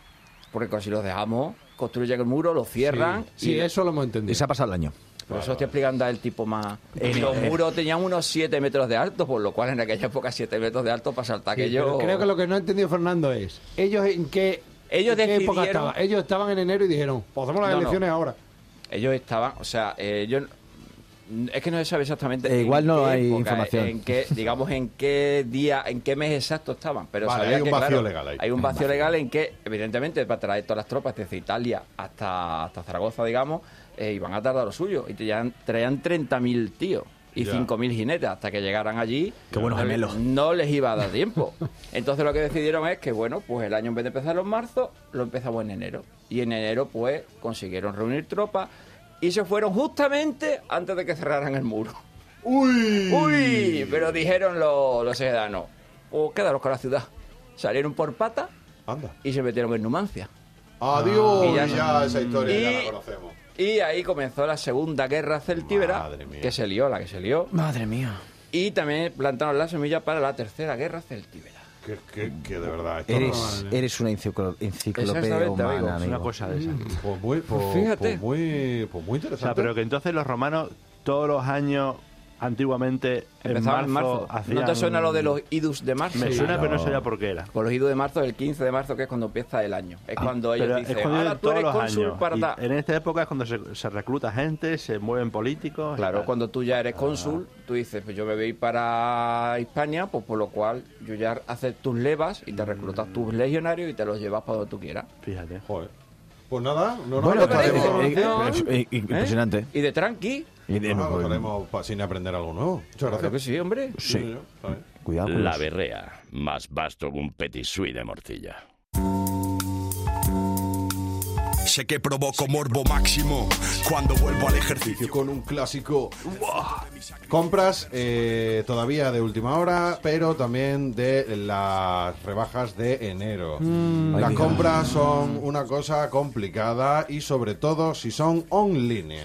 Speaker 6: porque si los dejamos, construyen el muro, lo cierran,
Speaker 8: Sí,
Speaker 6: y
Speaker 8: eso lo hemos entendido.
Speaker 7: Y se ha pasado el año.
Speaker 6: por eso estoy explicando el tipo más... Y los muros tenían unos 7 metros de alto, por lo cual en aquella época 7 metros de alto para saltar
Speaker 8: Sí,
Speaker 6: aquello...
Speaker 8: pero Creo que lo que no ha entendido Fernando es, ellos en qué,
Speaker 6: Ellos
Speaker 8: en qué
Speaker 6: decidieron-
Speaker 8: época estaban. Ellos estaban en enero y dijeron, pues hacemos las
Speaker 6: No, no.
Speaker 8: elecciones ahora.
Speaker 6: Ellos estaban, o sea, eh, yo n- es que no se sabe exactamente.
Speaker 7: Eh,
Speaker 6: en
Speaker 7: igual no
Speaker 6: qué
Speaker 7: hay información.
Speaker 6: En qué, digamos, en qué día, en qué mes exacto estaban. Pero
Speaker 2: Vale,
Speaker 6: sabía
Speaker 2: hay un
Speaker 6: que,
Speaker 2: vacío
Speaker 6: claro,
Speaker 2: legal ahí.
Speaker 6: Hay un vacío legal en que, evidentemente, para traer todas las tropas desde Italia hasta, hasta Zaragoza, digamos, eh, iban a tardar lo suyo. Y te llevan- traían 30.000 tíos y
Speaker 2: Ya.
Speaker 6: 5.000 jinetes hasta que llegaran allí.
Speaker 7: Qué buenos
Speaker 6: no, le-
Speaker 7: gemelos.
Speaker 6: No les iba a dar tiempo. Entonces lo que decidieron es que, bueno, pues el año en vez de empezarlo en marzo, lo empezamos en enero. Y en enero, pues, consiguieron reunir tropas y se fueron justamente antes de que cerraran el muro.
Speaker 7: Mm.
Speaker 2: ¡Uy!
Speaker 6: ¡Uy! Pero dijeron los, los sedanos. o quedaros con la ciudad. Salieron por pata
Speaker 2: Anda.
Speaker 6: y se metieron en Numancia.
Speaker 2: Adiós.
Speaker 6: Y
Speaker 2: Y
Speaker 6: ya
Speaker 2: ya,
Speaker 6: se-
Speaker 2: esa historia ya
Speaker 6: Ah, Y-
Speaker 2: la conocemos.
Speaker 6: Y ahí comenzó la Segunda Guerra Celtíbera,
Speaker 2: Madre mía.
Speaker 6: que se lió, la que se lió.
Speaker 7: Madre mía.
Speaker 6: Y también plantaron la semilla para la Tercera Guerra Celtíbera.
Speaker 2: Que, que- que de verdad. Esto
Speaker 7: Eres, eres una enciclo- enciclopedia
Speaker 6: Exactamente, amigo,
Speaker 7: humana,
Speaker 6: es
Speaker 4: Es
Speaker 7: amigo.
Speaker 4: una cosa de esas.
Speaker 2: no- pues, muy, pues-
Speaker 6: Fíjate.
Speaker 2: pues muy, pues muy
Speaker 4: O sea,
Speaker 2: interesante.
Speaker 4: pero que entonces los romanos todos los años, antiguamente, en marzo,
Speaker 6: Empezaban en marzo. ¿No te
Speaker 4: hacían-
Speaker 6: suena lo de los idus de marzo?
Speaker 4: Me suena, pero no
Speaker 1: No.
Speaker 4: sé ya por qué era.
Speaker 6: Por los idus de marzo, el 15 de marzo, que es cuando empieza el año. Es cuando ellos
Speaker 4: Ah, Pero
Speaker 6: dicen,
Speaker 4: cuando
Speaker 6: ahora
Speaker 4: vienen
Speaker 6: tú eres
Speaker 4: todos los
Speaker 6: cónsul
Speaker 4: años.
Speaker 6: para
Speaker 4: Y
Speaker 6: tal".
Speaker 4: En esta época es cuando se, se recluta gente, se mueven políticos. y
Speaker 6: Claro,
Speaker 4: tal.
Speaker 6: cuando tú ya eres cónsul, tú dices, pues yo me voy para Hispania, pues por lo cual yo ya haces tus levas y te reclutas tus legionarios y te los llevas para donde tú quieras.
Speaker 4: Fíjate.
Speaker 2: Joder. Pues nada, no nos
Speaker 7: Bueno,
Speaker 6: pero-
Speaker 2: agotaremos.
Speaker 6: eh,
Speaker 7: es- es- es impresionante.
Speaker 6: Y de tranqui.
Speaker 7: Y de-
Speaker 2: No nos
Speaker 7: no,
Speaker 2: agotaremos pa- sin aprender algo nuevo. Muchas
Speaker 6: eh, Claro que
Speaker 2: gracias.
Speaker 6: sí, hombre.
Speaker 7: sí.
Speaker 2: Está bien.
Speaker 7: Cuidado. con
Speaker 1: La
Speaker 7: los-
Speaker 1: berrea, más vasto que un petit suite de morcilla.
Speaker 9: Sé que provoco morbo máximo cuando vuelvo al ejercicio.
Speaker 2: Yo con un clásico. ¡Buah! Compras eh, todavía de última hora, pero también de las rebajas de enero. las compras son una cosa complicada y sobre todo si son online.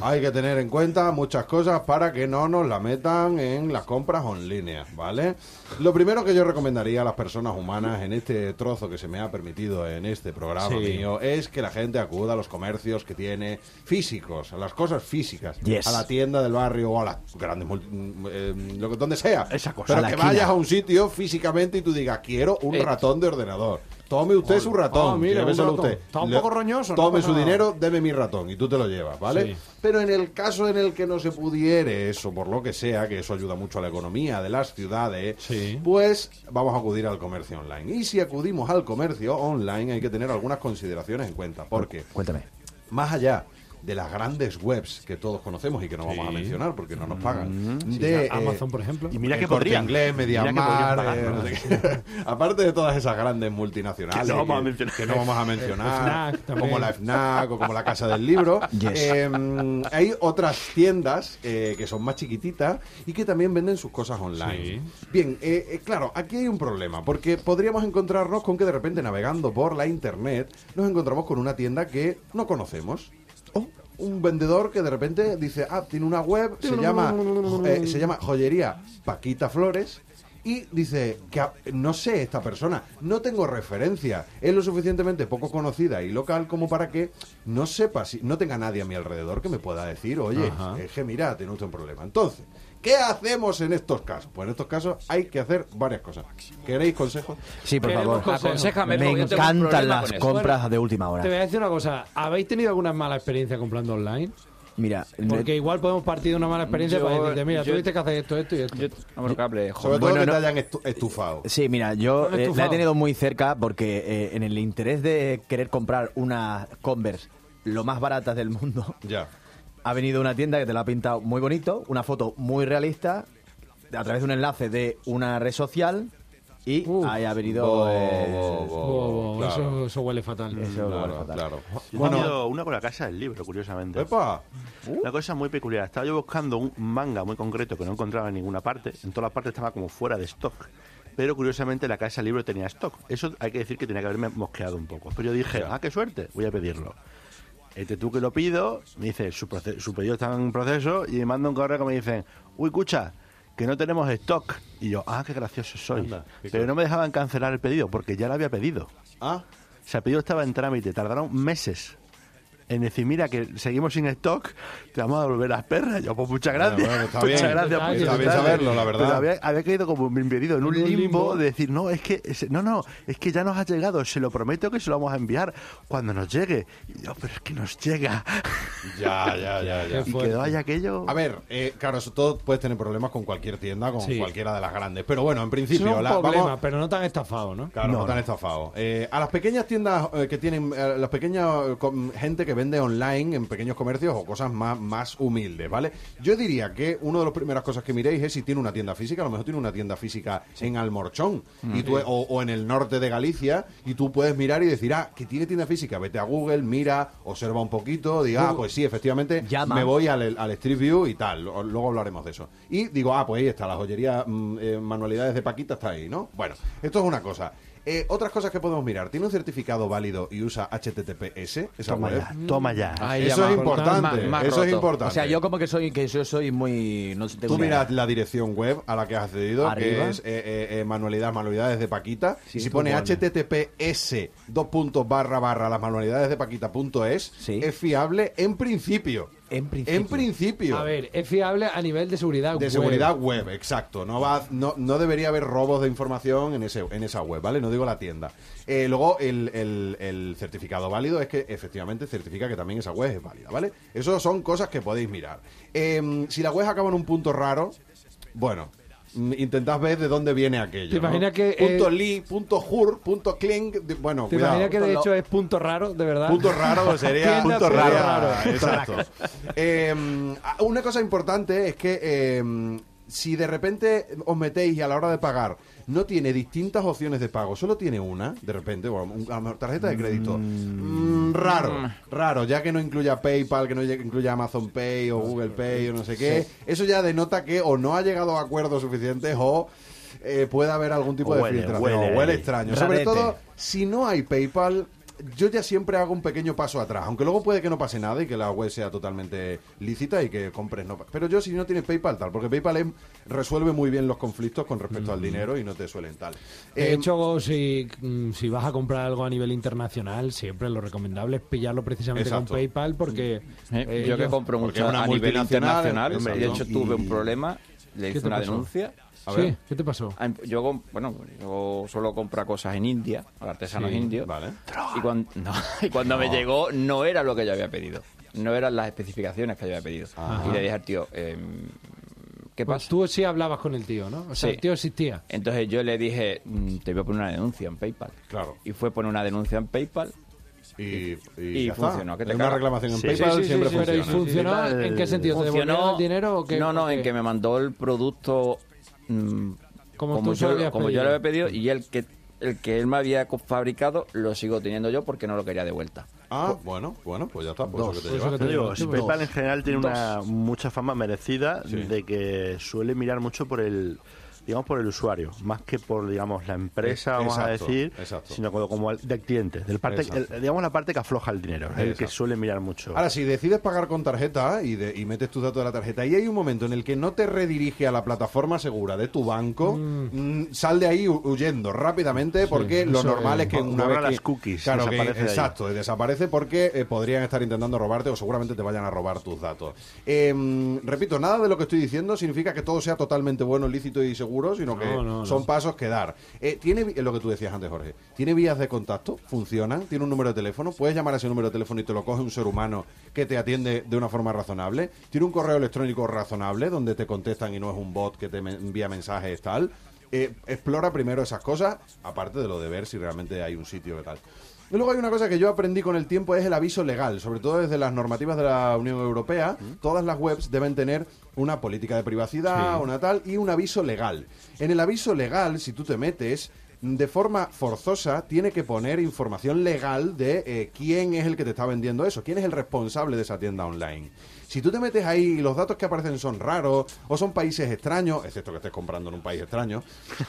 Speaker 2: Hay que tener en cuenta muchas cosas para que no nos la metan en las compras online, ¿vale? Lo primero que yo recomendaría a las personas humanas en este trozo que se me ha permitido en este programa mío es que la gente acuda a los comercios que tiene físicos, a las cosas físicas,
Speaker 7: Yes.
Speaker 2: a la tienda del barrio o a las grandes multi- mm, eh, lo que donde sea.
Speaker 4: Esa cosa.
Speaker 2: Pero
Speaker 7: A la
Speaker 2: que
Speaker 7: esquina.
Speaker 2: vayas a un sitio físicamente y tú digas, "Quiero un
Speaker 8: Eh,
Speaker 2: ratón de ordenador." Tome usted su ratón,
Speaker 8: Ah, mira, un
Speaker 2: lléveselo
Speaker 8: ratón.
Speaker 2: usted.
Speaker 8: Está un
Speaker 2: Le-
Speaker 8: poco roñoso, ¿no?
Speaker 2: Tome
Speaker 8: Pero
Speaker 2: su
Speaker 8: no.
Speaker 2: dinero deme mi ratón y tú te lo llevas, ¿vale? Pero en el caso en el que no se pudiere eso, por lo que sea, que eso ayuda mucho a la economía de las ciudades, pues vamos a acudir al comercio online. Y si acudimos al comercio online hay que tener algunas consideraciones en cuenta, porque
Speaker 7: Cuéntame.
Speaker 2: más allá de las grandes webs que todos conocemos y que no vamos a mencionar porque no
Speaker 4: Mm.
Speaker 2: nos pagan, de eh,
Speaker 8: Amazon, por ejemplo.
Speaker 4: Y mira
Speaker 2: el
Speaker 4: que
Speaker 2: Corte
Speaker 4: podrían.
Speaker 2: Inglés,
Speaker 4: Mira que
Speaker 2: Mediamar,
Speaker 4: podrían
Speaker 2: eh, no
Speaker 4: pagarnos.
Speaker 2: sé qué. aparte de todas esas grandes multinacionales
Speaker 4: Que no vamos a
Speaker 2: que-
Speaker 4: mencionar.
Speaker 2: que no vamos a mencionar,
Speaker 8: FNAC también.
Speaker 2: como la FNAC o como la Casa del Libro,
Speaker 7: Yes.
Speaker 2: eh, hay otras tiendas eh, que son más chiquititas y que también venden sus cosas online. Bien, eh, eh, claro, aquí hay un problema, porque podríamos encontrarnos con que de repente navegando por la internet nos encontramos con una tienda que no conocemos. O un vendedor que de repente dice, ah, tiene una web, se llama, eh, se llama Joyería Paquita Flores. Y dice que a- no sé esta persona, no tengo referencia, es lo suficientemente poco conocida y local como para que no sepa, si, no tenga nadie a mi alrededor que me pueda decir, oye, es que mira, tiene usted un problema. Entonces, ¿qué hacemos en estos casos? Pues en estos casos hay que hacer varias cosas. ¿Queréis consejos?
Speaker 7: Sí, por
Speaker 8: Queremos
Speaker 7: favor.
Speaker 6: Pues,
Speaker 8: consejo.
Speaker 6: Aconséjame,
Speaker 7: Me
Speaker 6: porque yo tengo un
Speaker 7: encantan
Speaker 6: problema
Speaker 7: las
Speaker 6: con eso.
Speaker 7: compras de última hora.
Speaker 8: Te voy a decir una cosa. ¿Habéis tenido alguna mala experiencia comprando online?
Speaker 7: Mira,
Speaker 8: Porque igual podemos partir de una mala experiencia
Speaker 6: Yo-
Speaker 8: para decirte, mira,
Speaker 6: yo-
Speaker 8: tuviste que hacer esto, esto y esto.
Speaker 6: Yo, hombre, cable,
Speaker 2: Sobre todo
Speaker 6: joder.
Speaker 7: Bueno,
Speaker 2: que
Speaker 7: no-
Speaker 2: te hayan estu- estufado.
Speaker 7: Sí, mira, yo
Speaker 8: Estaba
Speaker 7: eh, la he
Speaker 8: estufado.
Speaker 7: tenido muy cerca porque eh, en el interés de querer comprar unas Converse lo más baratas del mundo,
Speaker 2: Ya.
Speaker 7: ha venido una tienda que te lo ha pintado muy bonito, una foto muy realista, a través de un enlace de una red social y
Speaker 8: Uf.
Speaker 7: ahí ha venido... eh,
Speaker 8: Oh,
Speaker 2: claro.
Speaker 8: eso, eso huele fatal.
Speaker 7: eso lo vale
Speaker 2: Claro,
Speaker 7: fatal.
Speaker 2: claro.
Speaker 4: Yo he
Speaker 2: Bueno,
Speaker 4: tenido una con la casa del libro, curiosamente.
Speaker 2: Pepa,
Speaker 4: Una cosa muy peculiar. Estaba yo buscando un manga muy concreto que no encontraba en ninguna parte. En todas las partes estaba como fuera de stock. Pero curiosamente la casa del libro tenía stock. Eso hay que decir que tenía que haberme mosqueado un poco. Pero yo dije, ah, qué suerte, voy a pedirlo. Este tú que lo pido, me dice, su, proce- su pedido está en proceso y me manda un correo que me dicen, uy, escucha, que no tenemos stock. Y yo, ah, qué gracioso soy. Pero no me dejaban cancelar el pedido porque ya lo había pedido.
Speaker 2: ah,
Speaker 4: O sea, el pedido estaba en trámite, tardaron meses en decir, mira, que seguimos sin stock, te vamos a volver las perras. Yo, pues muchas gracias.
Speaker 2: bueno, está
Speaker 4: muchas
Speaker 2: bien.
Speaker 4: gracias por
Speaker 8: Está bien
Speaker 4: contestarme.
Speaker 2: saberlo, la verdad.
Speaker 4: Pero había, había caído como un impedido en un,
Speaker 8: un
Speaker 4: limbo,
Speaker 8: limbo.
Speaker 4: de decir, no, es que, es- no, no, es que ya nos ha llegado, se lo prometo que se lo vamos a enviar cuando nos llegue. Y yo, pero es que nos llega.
Speaker 2: ya, ya, ya, ya.
Speaker 4: Y quedó ahí aquello.
Speaker 2: A ver, eh, claro, eso todo puedes tener problemas con cualquier tienda, con
Speaker 8: Sí.
Speaker 2: cualquiera de las grandes. Pero bueno, en
Speaker 8: Eso
Speaker 2: principio,
Speaker 8: es un
Speaker 2: la-
Speaker 8: problema,
Speaker 2: vamos-
Speaker 8: pero no tan estafado, ¿no?
Speaker 2: Claro, no,
Speaker 4: No,
Speaker 2: tan
Speaker 4: no.
Speaker 2: estafado. Eh, a las pequeñas tiendas eh, que tienen, a las pequeñas eh, com- gente que vende online en pequeños comercios o cosas más, más humildes, ¿vale? Yo diría que una de las primeras cosas que miréis es si tiene una tienda física, a lo mejor tiene una tienda física en Almorchón y tú, o, o en el norte de Galicia y tú puedes mirar y decir, ah, que tiene tienda física, vete a Google, mira, observa un poquito, diga, ah, pues sí, efectivamente,
Speaker 7: Llama.
Speaker 2: me voy al, al Street View y tal, lo- luego hablaremos de eso. Y digo, ah, pues ahí está, la joyería, mm, eh, manualidades de Paquita está ahí, ¿no? Bueno, esto es una cosa. Eh, otras cosas que podemos mirar, tiene un certificado válido y usa HTTPS, esa
Speaker 4: Toma
Speaker 2: web?
Speaker 4: ya, toma ya.
Speaker 6: Ahí ya
Speaker 2: Eso
Speaker 6: más-
Speaker 2: es importante,
Speaker 6: más- más
Speaker 2: eso es
Speaker 6: roto.
Speaker 2: importante.
Speaker 7: O sea, yo como que soy, que yo soy muy. No sé, tengo
Speaker 2: Tú
Speaker 7: ni idea.
Speaker 2: miras la dirección web a la que has accedido,
Speaker 7: Arriba.
Speaker 2: que es eh, eh, eh, manualidades, manualidades de Paquita.
Speaker 3: Sí,
Speaker 2: y si
Speaker 3: tú
Speaker 2: pone
Speaker 3: pones.
Speaker 2: https dos puntos barra barra las manualidades de Paquita.es,
Speaker 7: Sí.
Speaker 2: es fiable en principio.
Speaker 7: En principio.
Speaker 2: En principio.
Speaker 3: A ver, es fiable a nivel de seguridad.
Speaker 2: De
Speaker 3: web.
Speaker 2: seguridad web, exacto. No, va, no, no debería haber robos de información en, ese, en esa web, ¿vale? No digo la tienda. Eh, luego, el, el- el certificado válido es que efectivamente certifica que también esa web es válida, ¿vale? Eso son cosas que podéis mirar. Eh, si la web acaba en un punto raro, bueno, mm, intentad ver de dónde viene aquello.
Speaker 3: ¿Te
Speaker 2: ¿no?
Speaker 3: imaginas que,
Speaker 2: Punto
Speaker 3: eh,
Speaker 2: li, punto jur, punto cling, de- bueno,
Speaker 3: ¿Te
Speaker 2: cuidado.
Speaker 3: imaginas que de hecho es punto raro, de verdad?
Speaker 2: Punto raro
Speaker 3: Tienda
Speaker 2: sería. punto
Speaker 3: sería
Speaker 2: raro. Ah,
Speaker 3: raro.
Speaker 2: Exacto. Eh, una cosa importante es que eh, si de repente os metéis y a la hora de pagar no tiene distintas opciones de pago, solo tiene una, de repente, o un- a lo mejor tarjeta de crédito. Mm, raro, raro, ya que no incluya PayPal, que no lle- incluya Amazon Pay o Google Pay o no sé qué. Eso ya denota que o no ha llegado a acuerdos suficientes o. eh, puede haber algún tipo de
Speaker 4: Huele,
Speaker 2: filtración
Speaker 4: huele
Speaker 2: o huele
Speaker 4: ahí.
Speaker 2: extraño. Sobre
Speaker 7: Rarete.
Speaker 2: todo, si no hay PayPal, yo ya siempre hago un pequeño paso atrás, aunque luego puede que no pase nada y que la web sea totalmente lícita y que compres no. Pero yo si no tienes PayPal tal, porque PayPal es- resuelve muy bien los conflictos con respecto al dinero y no te suelen tal.
Speaker 3: De
Speaker 2: Eh,
Speaker 3: hecho, si, mm, si vas a comprar algo a nivel internacional, siempre lo recomendable es pillarlo precisamente
Speaker 2: Exacto.
Speaker 3: con PayPal porque...
Speaker 6: Eh,
Speaker 3: eh,
Speaker 6: yo que
Speaker 3: ellos-
Speaker 6: compro
Speaker 2: porque
Speaker 6: mucho
Speaker 2: una
Speaker 6: a nivel
Speaker 2: multinacional,
Speaker 6: internacional,
Speaker 2: exacto.
Speaker 6: de hecho tuve un problema, le
Speaker 3: ¿Qué
Speaker 6: hice
Speaker 3: te
Speaker 6: una
Speaker 3: pasó?
Speaker 6: denuncia.
Speaker 2: A
Speaker 3: Sí,
Speaker 2: ver.
Speaker 3: ¿qué te pasó?
Speaker 6: Ah, Yo, com- bueno, yo solo compro cosas en India, para artesanos
Speaker 3: Sí,
Speaker 6: indios.
Speaker 2: vale.
Speaker 6: Y cuan- no, y cuando, me llegó, no era lo que yo había pedido. No eran las especificaciones que yo había pedido. Y le dije al tío, em, ¿qué
Speaker 3: Pues
Speaker 6: pasa?
Speaker 3: tú sí hablabas con el tío, ¿no? O sea,
Speaker 6: Sí.
Speaker 3: el tío existía.
Speaker 6: Entonces yo le dije, mm, te voy a poner una denuncia en PayPal.
Speaker 2: Claro.
Speaker 6: Y fue poner una denuncia en PayPal.
Speaker 2: y, y
Speaker 6: y
Speaker 2: ya está.
Speaker 6: funcionó, que te
Speaker 2: Es una
Speaker 6: caga.
Speaker 2: reclamación en
Speaker 4: Sí,
Speaker 2: PayPal
Speaker 4: sí, sí,
Speaker 2: siempre
Speaker 4: sí,
Speaker 3: Pero ¿y
Speaker 2: funciona.
Speaker 3: funcionó?
Speaker 4: Sí, sí,
Speaker 3: ¿En qué sentido? ¿Te devolvieron
Speaker 6: Funcionó.
Speaker 3: el dinero o qué?
Speaker 6: No, no,
Speaker 3: ¿O
Speaker 6: en
Speaker 3: qué?
Speaker 6: que me mandó el producto mm,
Speaker 3: Como tú se lo
Speaker 6: yo,
Speaker 3: habías
Speaker 6: como yo lo
Speaker 3: pedido.
Speaker 6: había pedido y el que el que él me había co- fabricado lo sigo teniendo yo porque no lo quería de vuelta.
Speaker 2: Ah, bueno, bueno, pues ya está, por eso que te
Speaker 3: Por eso
Speaker 2: llevas.
Speaker 3: que
Speaker 4: Yo
Speaker 3: te
Speaker 4: digo,
Speaker 3: digo,
Speaker 4: si
Speaker 3: dos.
Speaker 4: PayPal en general tiene una mucha fama merecida de que suele mirar mucho por el digamos por el usuario, más que por digamos la empresa,
Speaker 2: Eh,
Speaker 4: vamos
Speaker 2: exacto,
Speaker 4: a decir,
Speaker 2: exacto.
Speaker 4: sino como, como el, del cliente, del parte,
Speaker 2: Exacto.
Speaker 4: el- digamos la parte que afloja el dinero, es el que
Speaker 2: Exacto.
Speaker 4: suele mirar mucho.
Speaker 2: Ahora, si decides pagar con tarjeta y, de- y metes tus datos de la tarjeta y hay un momento en el que no te redirige a la plataforma segura de tu banco, mm, sal de ahí hu- huyendo rápidamente porque lo
Speaker 3: eso
Speaker 2: normal es, que
Speaker 4: Bo-
Speaker 2: una vez
Speaker 4: borra
Speaker 2: que-
Speaker 4: las cookies,
Speaker 2: claro, que-
Speaker 4: desaparece de ahí.
Speaker 2: exacto, desaparece porque eh, podrían estar intentando robarte o seguramente te vayan a robar tus datos. Eh, repito, nada de lo que estoy diciendo significa que todo sea totalmente bueno, lícito y seguro, sino que
Speaker 3: No, no, no.
Speaker 2: son pasos que dar. Eh, tiene vi- lo que tú decías antes, Jorge. Tiene vías de contacto, funcionan, tiene un número de teléfono, puedes llamar a ese número de teléfono y te lo coge un ser humano que te atiende de una forma razonable. Tiene un correo electrónico razonable donde te contestan y no es un bot que te me- envía mensajes tal. Eh, explora primero esas cosas, aparte de lo de ver si realmente hay un sitio que tal. Y luego hay una cosa que yo aprendí con el tiempo, es el aviso legal, sobre todo desde las normativas de la Unión Europea. Todas las webs deben tener una política de privacidad, una tal, y un aviso legal. En el aviso legal, si tú te metes, de forma forzosa tiene que poner información legal de eh, quién es el que te está vendiendo eso, quién es el responsable de esa tienda online. Si tú te metes ahí y los datos que aparecen son raros o son países extraños, excepto que estés comprando en un país extraño,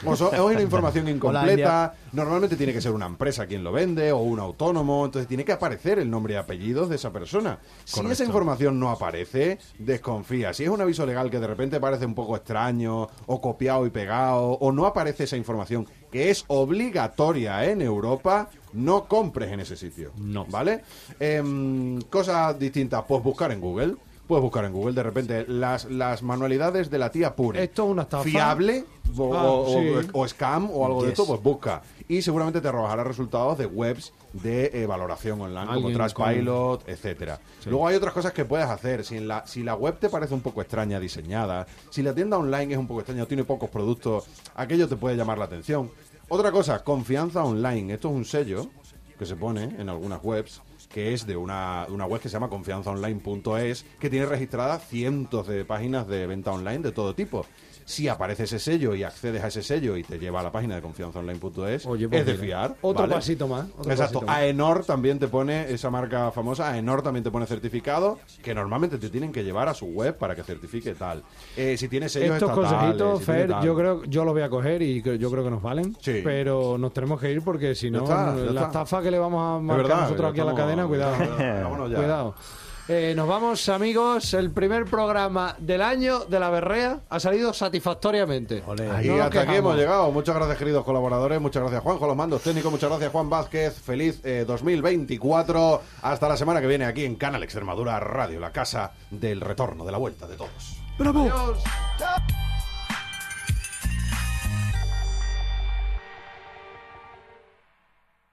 Speaker 2: o, son, o es una información incompleta, normalmente tiene que ser una empresa quien lo vende o un autónomo, entonces tiene que aparecer el nombre y apellidos de esa persona. Si esa información no aparece, desconfía. Si es un aviso legal que de repente parece un poco extraño o copiado y pegado o no aparece esa información que es obligatoria en Europa, no compres en ese sitio. No. ¿Vale? Em, cosas distintas, pues buscar en Google. Puedes buscar en Google de repente las, las manualidades de la tía Puri.
Speaker 3: Esto es una estafa.
Speaker 2: Fiable o,
Speaker 3: Ah,
Speaker 2: o-
Speaker 3: sí.
Speaker 2: o scam o algo de esto, pues busca. Y seguramente te arrojará resultados de webs de eh, valoración online, como
Speaker 3: Alguien
Speaker 2: Trustpilot, etcétera. Luego hay otras cosas que puedes hacer. Si, en la, si la web te parece un poco extraña diseñada, si la tienda online es un poco extraña o tiene pocos productos, aquello te puede llamar la atención. Otra cosa, confianza online. Esto es un sello que se pone en algunas webs que es de una, de una web que se llama confianzaonline.es, que tiene registradas cientos de páginas de venta online de todo tipo. Si aparece ese sello y accedes a ese sello y te lleva a la página de confianzaonline.es,
Speaker 3: Oye, pues
Speaker 2: es de
Speaker 3: mira,
Speaker 2: fiar.
Speaker 3: otro
Speaker 2: ¿vale?
Speaker 3: pasito más, otro
Speaker 2: Exacto.
Speaker 3: pasito más.
Speaker 2: Aenor también te pone, esa marca famosa, Aenor también te pone certificado, que normalmente te tienen que llevar a su web para que certifique tal. Eh, si tienes sellos
Speaker 3: Estos
Speaker 2: estatales,
Speaker 3: consejitos,
Speaker 2: eh, si tiene
Speaker 3: Fer,
Speaker 2: tal.
Speaker 3: yo creo, yo los voy a coger y creo- yo creo que nos valen.
Speaker 2: Sí.
Speaker 3: Pero nos tenemos que ir porque si
Speaker 2: Ya
Speaker 3: no,
Speaker 2: está, ya
Speaker 3: la
Speaker 2: está.
Speaker 3: estafa que le vamos a
Speaker 2: Es
Speaker 3: marcar
Speaker 2: verdad, eh,
Speaker 3: nosotros aquí a la
Speaker 2: estamos-
Speaker 3: cadena, cuidado.
Speaker 2: Vámonos ya.
Speaker 3: Cuidado. Eh, nos vamos, amigos. El primer programa del año de la Berrea ha salido satisfactoriamente.
Speaker 2: Y
Speaker 3: No nos
Speaker 2: hasta aquí
Speaker 3: quejamos.
Speaker 2: hemos llegado. Muchas gracias, queridos colaboradores. Muchas gracias, Juanjo, los mandos técnicos. Muchas gracias, Juan Vázquez. Feliz eh, 2024. Hasta la semana que viene aquí en Canal Extremadura Radio, la casa del retorno, de la vuelta de todos.
Speaker 3: Adiós.